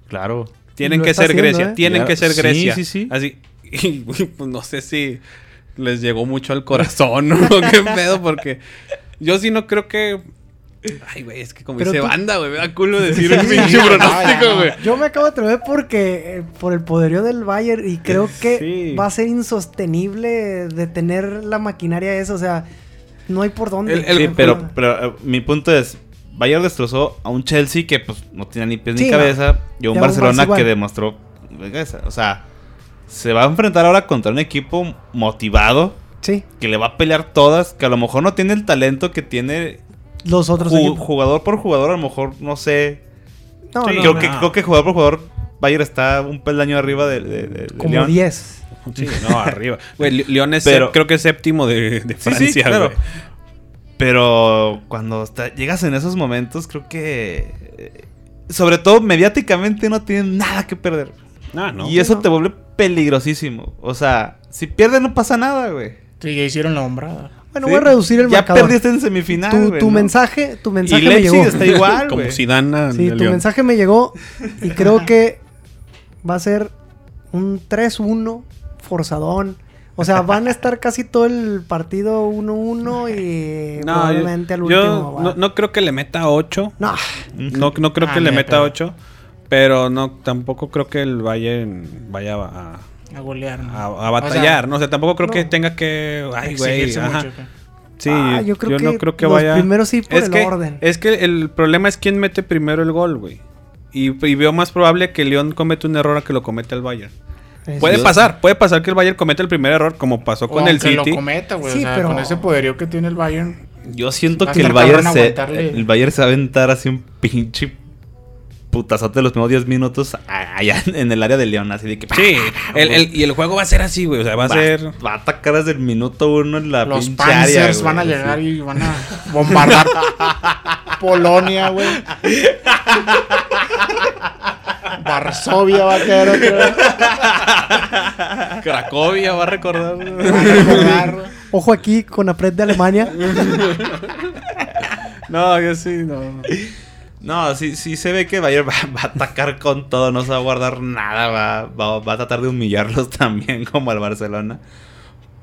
S1: Claro.
S4: Tienen
S3: Lo
S4: que
S3: está
S4: ser
S3: haciendo,
S4: Grecia,
S3: ¿eh?
S4: tienen
S1: Ya,
S4: que ser
S1: sí,
S4: Grecia.
S1: sí, sí.
S4: Así, y pues, no sé si les llegó mucho al corazón o qué pedo, porque yo sí no creo que Ay, güey, es que como
S3: Pero
S4: dice
S3: tú-
S4: banda, güey, me da culo decir un pinche
S2: Ah,
S4: pronóstico,
S2: ya.
S4: güey.
S3: Yo me acabo de atrever porque eh, por el poderío del Bayern y creo que
S4: Sí.
S3: va a ser insostenible detener la maquinaria esa, o sea, no hay por dónde.
S4: El- el-
S1: Sí, pero, pero eh, mi punto es, Bayern destrozó a un Chelsea que pues no tenía ni pies
S3: Sí,
S1: ni
S3: no.
S1: cabeza y a
S3: Y
S1: un
S3: a un
S1: Barcelona
S3: Barça
S1: que
S3: igual.
S1: demostró cabeza. O sea, se va a enfrentar ahora contra un equipo motivado
S3: Sí,
S1: que le va a pelear todas, que a lo mejor no tiene el talento que tiene
S3: los otros
S1: ju-
S3: equipos.
S1: jugador por jugador, a lo mejor no sé.
S3: No,
S4: Sí,
S3: no,
S1: creo,
S4: no.
S1: que, creo que jugador por jugador Bayern está un peldaño arriba de, de- de- de
S3: como
S1: León.
S3: 10.
S4: Sí, no, arriba. Güey, Li- León es,
S1: Pero-
S4: sep- creo que es séptimo de, de
S1: Sí, sí,
S4: Francia,
S1: claro.
S4: güey.
S1: Pero cuando está- llegas en esos momentos, creo que. eh, Sobre todo mediáticamente no tienen nada que perder.
S4: Ah, no.
S1: y eso
S3: no.
S1: te vuelve peligrosísimo. O sea, si pierdes no pasa nada, güey.
S2: Sí, ya hicieron la hombrada.
S3: Bueno,
S1: ¿Sí?
S3: voy a reducir el
S1: ya este
S3: marcador.
S1: perdiste en semifinal.
S3: tu
S1: güey,
S3: tu
S1: ¿no?
S3: mensaje, tu mensaje
S1: Y
S3: me
S1: Leipzig
S3: llegó.
S1: está igual,
S4: Como
S1: güey.
S4: Zidane
S3: Sí,
S4: de
S3: tu
S4: León.
S3: mensaje me llegó y creo que va a ser un 3-1 forzadón. O sea, van a estar casi todo el partido 1-1 y
S4: No,
S3: probablemente al
S4: yo,
S3: último.
S4: yo
S3: va.
S4: no, no creo que le meta 8.
S3: No,
S4: No, no creo
S2: Ah,
S4: que le
S2: ni de
S4: meta
S2: pedo.
S4: 8. Pero no, tampoco creo que el Bayern vaya a, a-
S2: A golear. ¿no?
S4: a- a batallar. no, o sea, tampoco creo que
S3: no.
S4: tenga que. Ay, güey.
S2: exigirse
S4: ajá.
S2: mucho, acá.
S4: Sí,
S3: Ah,
S4: yo,
S3: yo creo
S4: no
S3: que
S4: creo que
S3: los
S4: vaya.
S3: primeros sí por
S4: es
S3: el
S4: que,
S3: orden.
S4: Es que el problema es quién mete primero el gol, güey. Y, y veo más probable que León cometa un error a que lo cometa el Bayern.
S3: es-
S4: Puede pasar, puede pasar que el Bayern cometa el primer error, como pasó
S2: O
S4: con el
S2: aunque
S4: City.
S2: lo cometa, güey.
S3: Sí,
S2: o sea,
S3: pero-
S2: con ese poderío que tiene el Bayern.
S1: Yo siento
S2: Va a
S1: que el
S2: estar
S1: Bayern,
S2: cabrón
S1: se,
S2: aguantarle.
S1: el Bayern se va a aventar así un pinche putazote los primeros 10 minutos allá en el área de León. Así de que.
S4: Sí,
S2: Ah,
S4: el- el- y el juego va a ser así, güey. O sea, va a ser.
S1: Va a atacar desde el minuto uno en la
S2: los
S1: pinche área,
S2: Panzers
S1: güey,
S2: van a
S1: así.
S2: llegar y van a bombardear Polonia, güey. Varsovia va a caer otra
S4: Cracovia va a recordar.
S2: vez. Van a jugar, güey.
S3: Ojo aquí con la pred de Alemania.
S4: No, yo sí, no.
S1: No, sí, sí se ve que Bayern va, va a atacar con todo, no se va a guardar nada, va, va, va a tratar de humillarlos también como al Barcelona.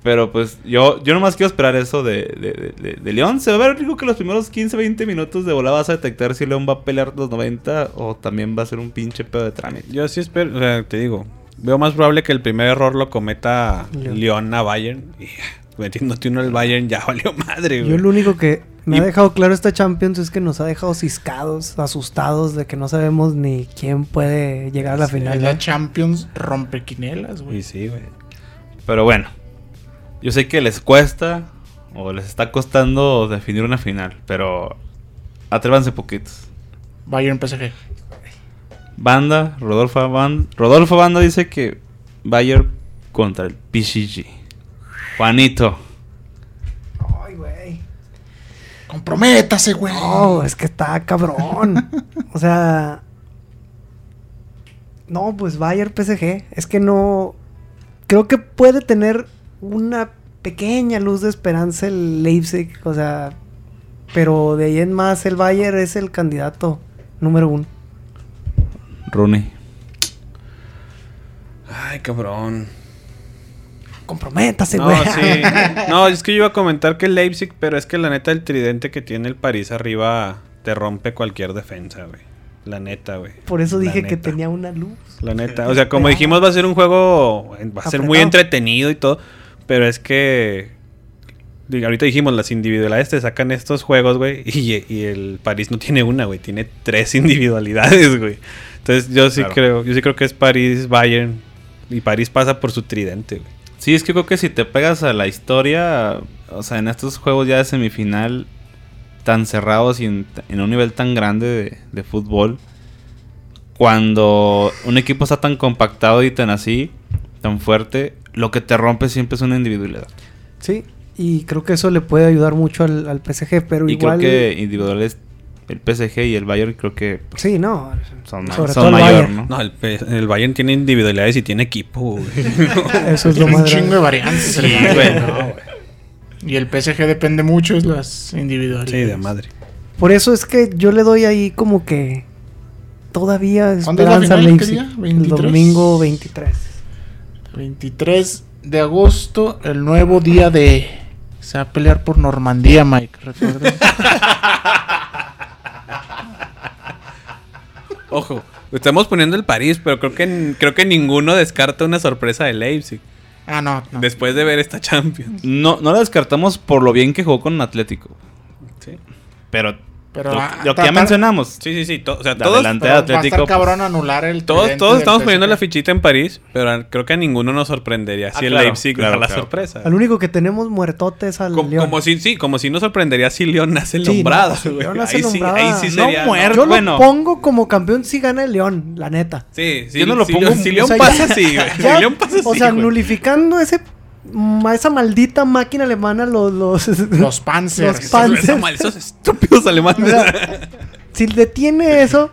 S1: Pero pues yo, yo nomás quiero esperar eso de, de, de- de- de León. Se va a ver digo que los primeros 15, 20 minutos de volada vas a detectar si León va a pelear los 90 o también va a ser un pinche pedo de trámite.
S4: Yo sí espero, o sea, te digo, veo más probable que el primer error lo cometa
S3: León.
S4: León a Bayern. Y metiéndote uno al Bayern ya valió madre,
S3: Yo
S4: güey.
S3: lo único que me
S4: Y-
S3: ha dejado claro esta Champions es que nos ha dejado ciscados, asustados de que no sabemos ni quién puede llegar a la final.
S2: Es La
S3: ¿eh?
S2: Champions rompequinelas,
S4: Y
S2: güey.
S4: sí, güey.
S1: Pero bueno, yo sé que les cuesta o les está costando definir una final, pero atrévanse poquitos.
S2: Bayern PSG.
S1: Banda, Rodolfo Banda, Rodolfo Banda dice que Bayern contra el PSG. Juanito.
S3: Ay, güey.
S2: Comprométase, güey.
S3: No, es que está cabrón. O sea. No, pues Bayern PSG. Es que no. Creo que puede tener una pequeña luz de esperanza el Leipzig. O sea. Pero de ahí en más, el Bayern es el candidato número uno.
S1: Rooney.
S4: Ay, cabrón.
S3: Comprométase,
S4: No,
S3: güey.
S4: sí. No, es que yo iba a comentar que el Leipzig, pero es que la neta el tridente que tiene el París arriba te rompe cualquier defensa, güey. La neta, güey.
S3: Por eso
S4: La
S3: dije que
S4: neta.
S3: tenía una luz.
S4: La neta. O sea, como dijimos, va a ser un juego. Va a ser muy
S3: Apretado.
S4: entretenido y todo. Pero es que. digo, Ahorita dijimos, las individualidades te sacan estos juegos, güey. Y, y el París no tiene una, güey. Tiene tres individualidades, güey. Entonces yo sí
S1: Claro.
S4: creo. Yo sí creo que es París, Bayern. Y París pasa por su tridente, güey.
S1: Sí, es que creo que si te pegas a la historia, o sea, en estos juegos ya de semifinal tan cerrados y en, en un nivel tan grande de, de fútbol, cuando un equipo está tan compactado y tan así, tan fuerte, lo que te rompe siempre es una individualidad.
S3: Sí. Y creo que eso le puede ayudar mucho al, al PSG. Pero
S1: y
S3: igual.
S1: creo que individuales, el PSG y el Bayern creo que
S3: Sí, no.
S1: son,
S3: Sobre
S1: son
S3: todo el
S1: mayor,
S3: Bayern.
S1: ¿no?
S4: No, el, P- el Bayern tiene individualidades y tiene equipo, güey.
S3: Eso es lo
S2: Tiene un
S3: más
S2: chingo de
S3: grave.
S2: variantes. el
S4: Sí,
S2: Bayern.
S4: güey, no, güey.
S2: Y el PSG depende mucho de las individuales.
S4: Sí, de madre.
S3: Por eso es que yo le doy ahí como que todavía
S2: ¿Cuándo es la
S3: esperanza al
S2: final? ¿Qué
S3: Leipzig.
S2: día?
S3: El
S2: 23.
S3: domingo 23.
S2: 23 de agosto, el nuevo día de. Se va a pelear por Normandía, Mike. ¿Recuerdas?
S4: Ojo, estamos poniendo el París, pero creo que, creo que ninguno descarta una sorpresa de Leipzig
S2: Ah, no, no.
S4: después de ver esta Champions.
S1: No, no la descartamos por lo bien que jugó con Atlético.
S4: Sí,
S1: Pero,
S2: Pero,
S1: lo,
S2: ah,
S1: lo que ya
S2: tratar-
S1: mencionamos.
S4: sí, sí. sí, to- o sea,
S1: De
S4: todos,
S1: adelante.
S2: pero va a
S1: Atlético,
S2: estar cabrón
S1: pues,
S2: anular el
S4: todos,
S2: tridente
S4: todos
S2: del
S4: estamos
S2: PSG.
S4: poniendo la fichita en París, pero a- creo que a ninguno nos sorprendería si
S1: Ah,
S4: el
S1: claro,
S4: Leipzig
S1: claro,
S4: da la
S1: claro.
S4: sorpresa.
S3: Al único que tenemos muertote es al
S4: Como,
S3: León.
S4: como si, sí, como si nos sorprendería si León nace el
S3: Sí, no,
S4: nombrado.
S3: si
S4: güey.
S3: León hace
S4: ahí, sí,
S3: nombrada.
S4: ahí sí
S3: No
S4: sería.
S1: muerto.
S3: Yo
S1: Bueno.
S3: lo pongo como campeón si gana el León, la neta.
S4: Sí, sí,
S1: Yo no lo
S4: si
S1: pongo-
S4: León- Si León
S3: o sea,
S4: pasa,
S3: ya-
S4: sí, güey. Si
S3: Ya,
S4: León pasa,
S3: o
S4: sí,
S3: sea,
S4: güey.
S3: nulificando ese, ma- esa maldita máquina alemana, los, los,
S2: Los Panzers.
S3: Los
S4: Esos-
S3: Panzers.
S4: esos mal- Esos estúpidos
S3: O
S4: alemanes.
S3: sea, si detiene eso,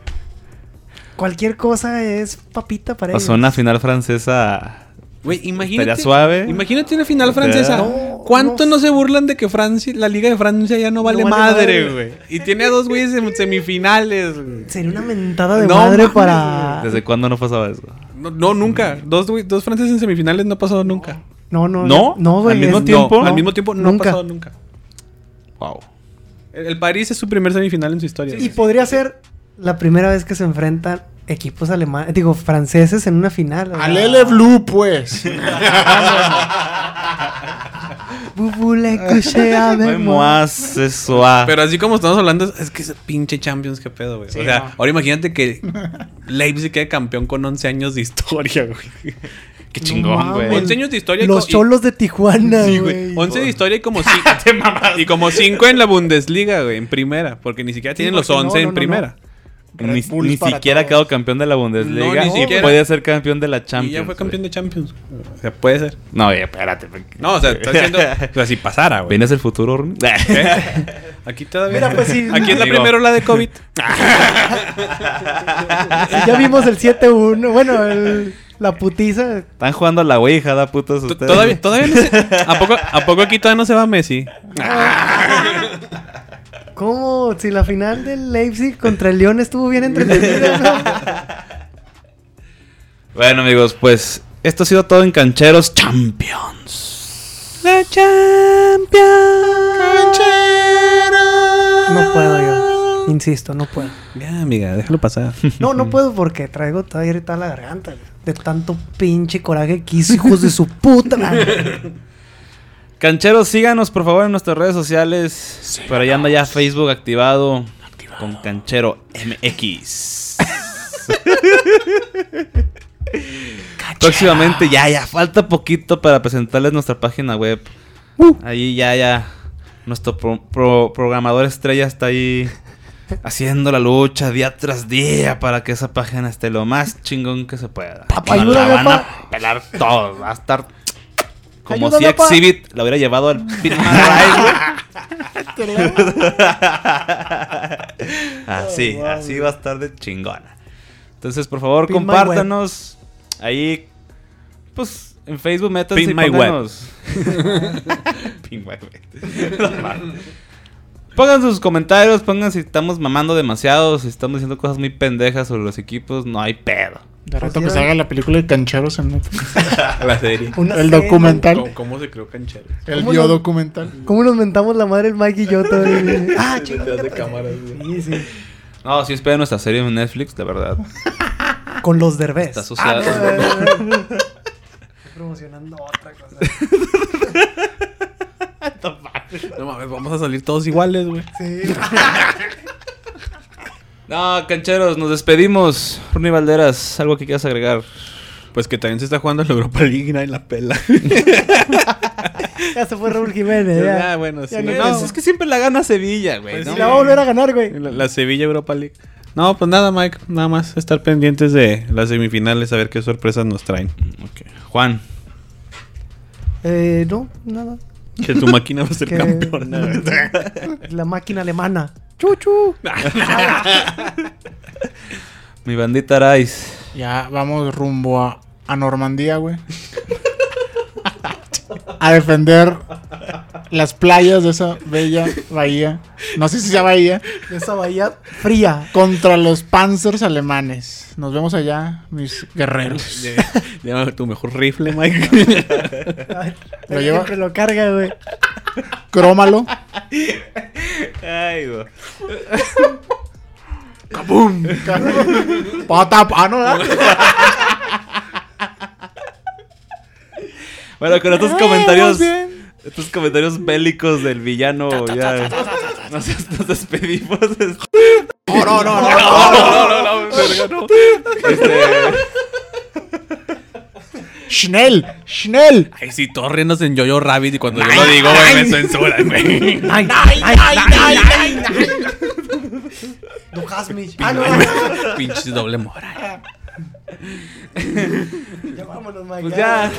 S3: cualquier cosa es papita para ellos.
S1: Pasó una final francesa.
S4: Güey, imagínate.
S1: Estaría suave.
S4: Imagínate una final francesa.
S3: No,
S4: ¿Cuánto
S3: no.
S4: no se burlan de que Francia, la Liga de Francia ya no vale,
S3: vale
S4: madre,
S3: madre.
S4: güey? Y tiene a dos güeyes en semifinales, güey.
S3: Sería una mentada de
S4: No
S3: madre
S4: mames,
S3: para.
S1: ¿Desde cuándo no pasaba eso?
S4: No, no, nunca. Dos, güey- dos franceses en semifinales no ha pasado nunca.
S3: No, no,
S1: ¿No?
S3: no, güey.
S1: ¿Al mismo
S3: es-
S1: tiempo?
S4: No, al mismo tiempo no
S3: Nunca.
S4: ha pasado nunca.
S1: Wow.
S4: El, el París es su primer semifinal en su historia.
S3: Y
S4: güey.
S3: podría ser la primera vez que se enfrentan equipos alemanes, digo, franceses en una final. o sea,
S2: Al L Blue, pues.
S3: Bubule, couché, ave, moi.
S1: Más eso. ah.
S4: Pero así como estamos hablando, es que ese pinche Champions, qué pedo, güey.
S2: Sí,
S4: o sea,
S2: no.
S4: ahora imagínate que Leipzig quede campeón con 11 años de historia, güey.
S1: Qué
S3: No
S1: chingón, güey.
S3: mames.
S4: 11 años de historia. y
S3: Los
S4: co- y-
S3: cholos de Tijuana,
S4: Sí, güey.
S3: güey. Ah,
S4: 11 de historia y como 5 y como cinco en la Bundesliga, güey, en primera, porque ni siquiera
S3: Sí,
S4: tienen los
S3: porque no,
S4: 11
S3: no,
S4: en
S3: no,
S4: primera.
S1: Ni,
S2: Red Bulls
S1: ni
S2: para
S1: siquiera
S2: todos.
S1: quedó campeón de la Bundesliga.
S4: No, ni
S1: y
S4: siquiera.
S1: puede ser campeón de la
S4: y
S1: Champions.
S4: ya fue campeón
S1: güey.
S4: de Champions. O sea, puede ser.
S1: No, oye, espérate.
S4: No, o sea, está haciendo o sea, si pasara, güey.
S1: ¿Vienes el futuro, Ormi?
S4: Aquí todavía.
S3: Mira, pues, sí.
S4: Aquí es la
S1: Digo.
S4: primera ola de COVID.
S3: Ya vimos el 7-1. Bueno, el- la putiza.
S1: Están jugando a la Ouija, da putos
S4: T-
S1: ustedes.
S4: Todavía, todavía no se... ¿A poco, ¿A poco aquí todavía no se va Messi?
S3: ¿Cómo? Si la final del Leipzig contra el León estuvo bien entretenida,
S1: Bueno, amigos, pues esto ha sido todo en Cancheros Champions.
S4: La Champions.
S3: ¿no? No puedo yo. Insisto, no puedo.
S4: Ya, amiga, déjalo pasar.
S3: No, no puedo porque traigo todavía irritada la garganta. güey, De tanto pinche coraje que hizo, hijos de su puta madre.
S1: Cancheros, síganos por favor en nuestras redes sociales. Pero ya anda ya Facebook activado, con Canchero MX. Próximamente, ya, ya, falta poquito para presentarles nuestra página web.
S3: Uh.
S1: Ahí ya, ya, nuestro pro- pro- programador estrella está ahí haciendo la lucha día tras día para que esa página esté lo más chingón que se pueda.
S3: Papá,
S1: Nos la
S3: ayúdame,
S1: van
S3: pa.
S1: a pelar todos, va a estar como si
S3: Ayúdame, pa.
S1: Exhibit la hubiera llevado al pin- así, así va a estar de chingona. Entonces, por favor,
S3: Oh, Pin my
S1: compártanos. Ahí, pues, en Facebook métanse
S4: Pin
S1: y
S4: my web.
S1: pónganos. Pin my web. No mames. Pongan sus comentarios, pongan si estamos mamando demasiado, si estamos diciendo cosas muy pendejas sobre los equipos, no hay pedo.
S2: De rato que se haga la película de Cancheros en Netflix.
S4: La serie.
S3: Una
S2: El
S3: cena.
S2: documental.
S4: ¿Cómo se creó canchero?
S2: El
S3: ¿Cómo no?
S2: biodocumental.
S3: ¿Cómo nos mentamos la madre el Mike y yo todavía? güey? Ah, chingada.
S4: de cámara.
S3: Sí, sí.
S1: No, sí esperen nuestra serie en Netflix, de verdad.
S3: Con los derbés. Ah,
S1: Está asociada.
S3: promocionando otra cosa.
S4: No mames, vamos a salir todos iguales, güey.
S1: No, cancheros, nos despedimos. Ronnie Valderas, algo que quieras agregar.
S4: Pues que también se está jugando la Europa League y la pela.
S3: Ya se fue Raúl Jiménez. Ya.
S4: Ah, bueno, sí.
S3: Ya no
S4: No,
S3: pensé.
S1: es que siempre la gana Sevilla, güey.
S4: Pues
S1: ¿no?
S3: Y la va a volver a ganar, güey.
S4: La, la Sevilla Europa League. No, pues nada, Mike. Nada más estar pendientes de las semifinales, a ver qué sorpresas nos traen.
S1: Ok. Juan,
S3: Eh, no, nada.
S4: Que tu máquina va a ser
S3: Que-
S4: campeona. güey.
S3: La máquina alemana. Chuchu.
S1: mi bandita Araiz.
S2: Ya vamos rumbo a, a Normandía, güey. A defender las playas de esa bella bahía. No sé si sea bahía.
S3: Esa bahía fría.
S2: Contra los panzers alemanes. Nos vemos allá, mis guerreros.
S4: Lleva tu mejor rifle, Mike.
S3: Ay,
S2: Lo lleva-
S3: Siempre lo carga, güey.
S2: Crómalo.
S1: Ay, güey.
S2: ¡Cabum! ¡Pata ah, pano!
S1: Bueno, con estos
S3: Ah,
S1: comentarios.
S3: vamos bien.
S1: Estos comentarios bélicos del villano, ya. Nos, nos despedimos.
S2: No, no, no,
S1: No,
S2: no.
S1: no, no, no, verga, no. Este,
S2: ¡Schnell! ¡Schnell!
S4: Ay, sí, todos riéndose en Jojo Rabbit y cuando yo lo digo, güey, me censuran, güey.
S3: Ay, ay, ay, ay, ay, No Jasmine. Ah, no.
S4: Pinches doble moral.
S3: Ya vámonos, Mike.
S1: pues ya.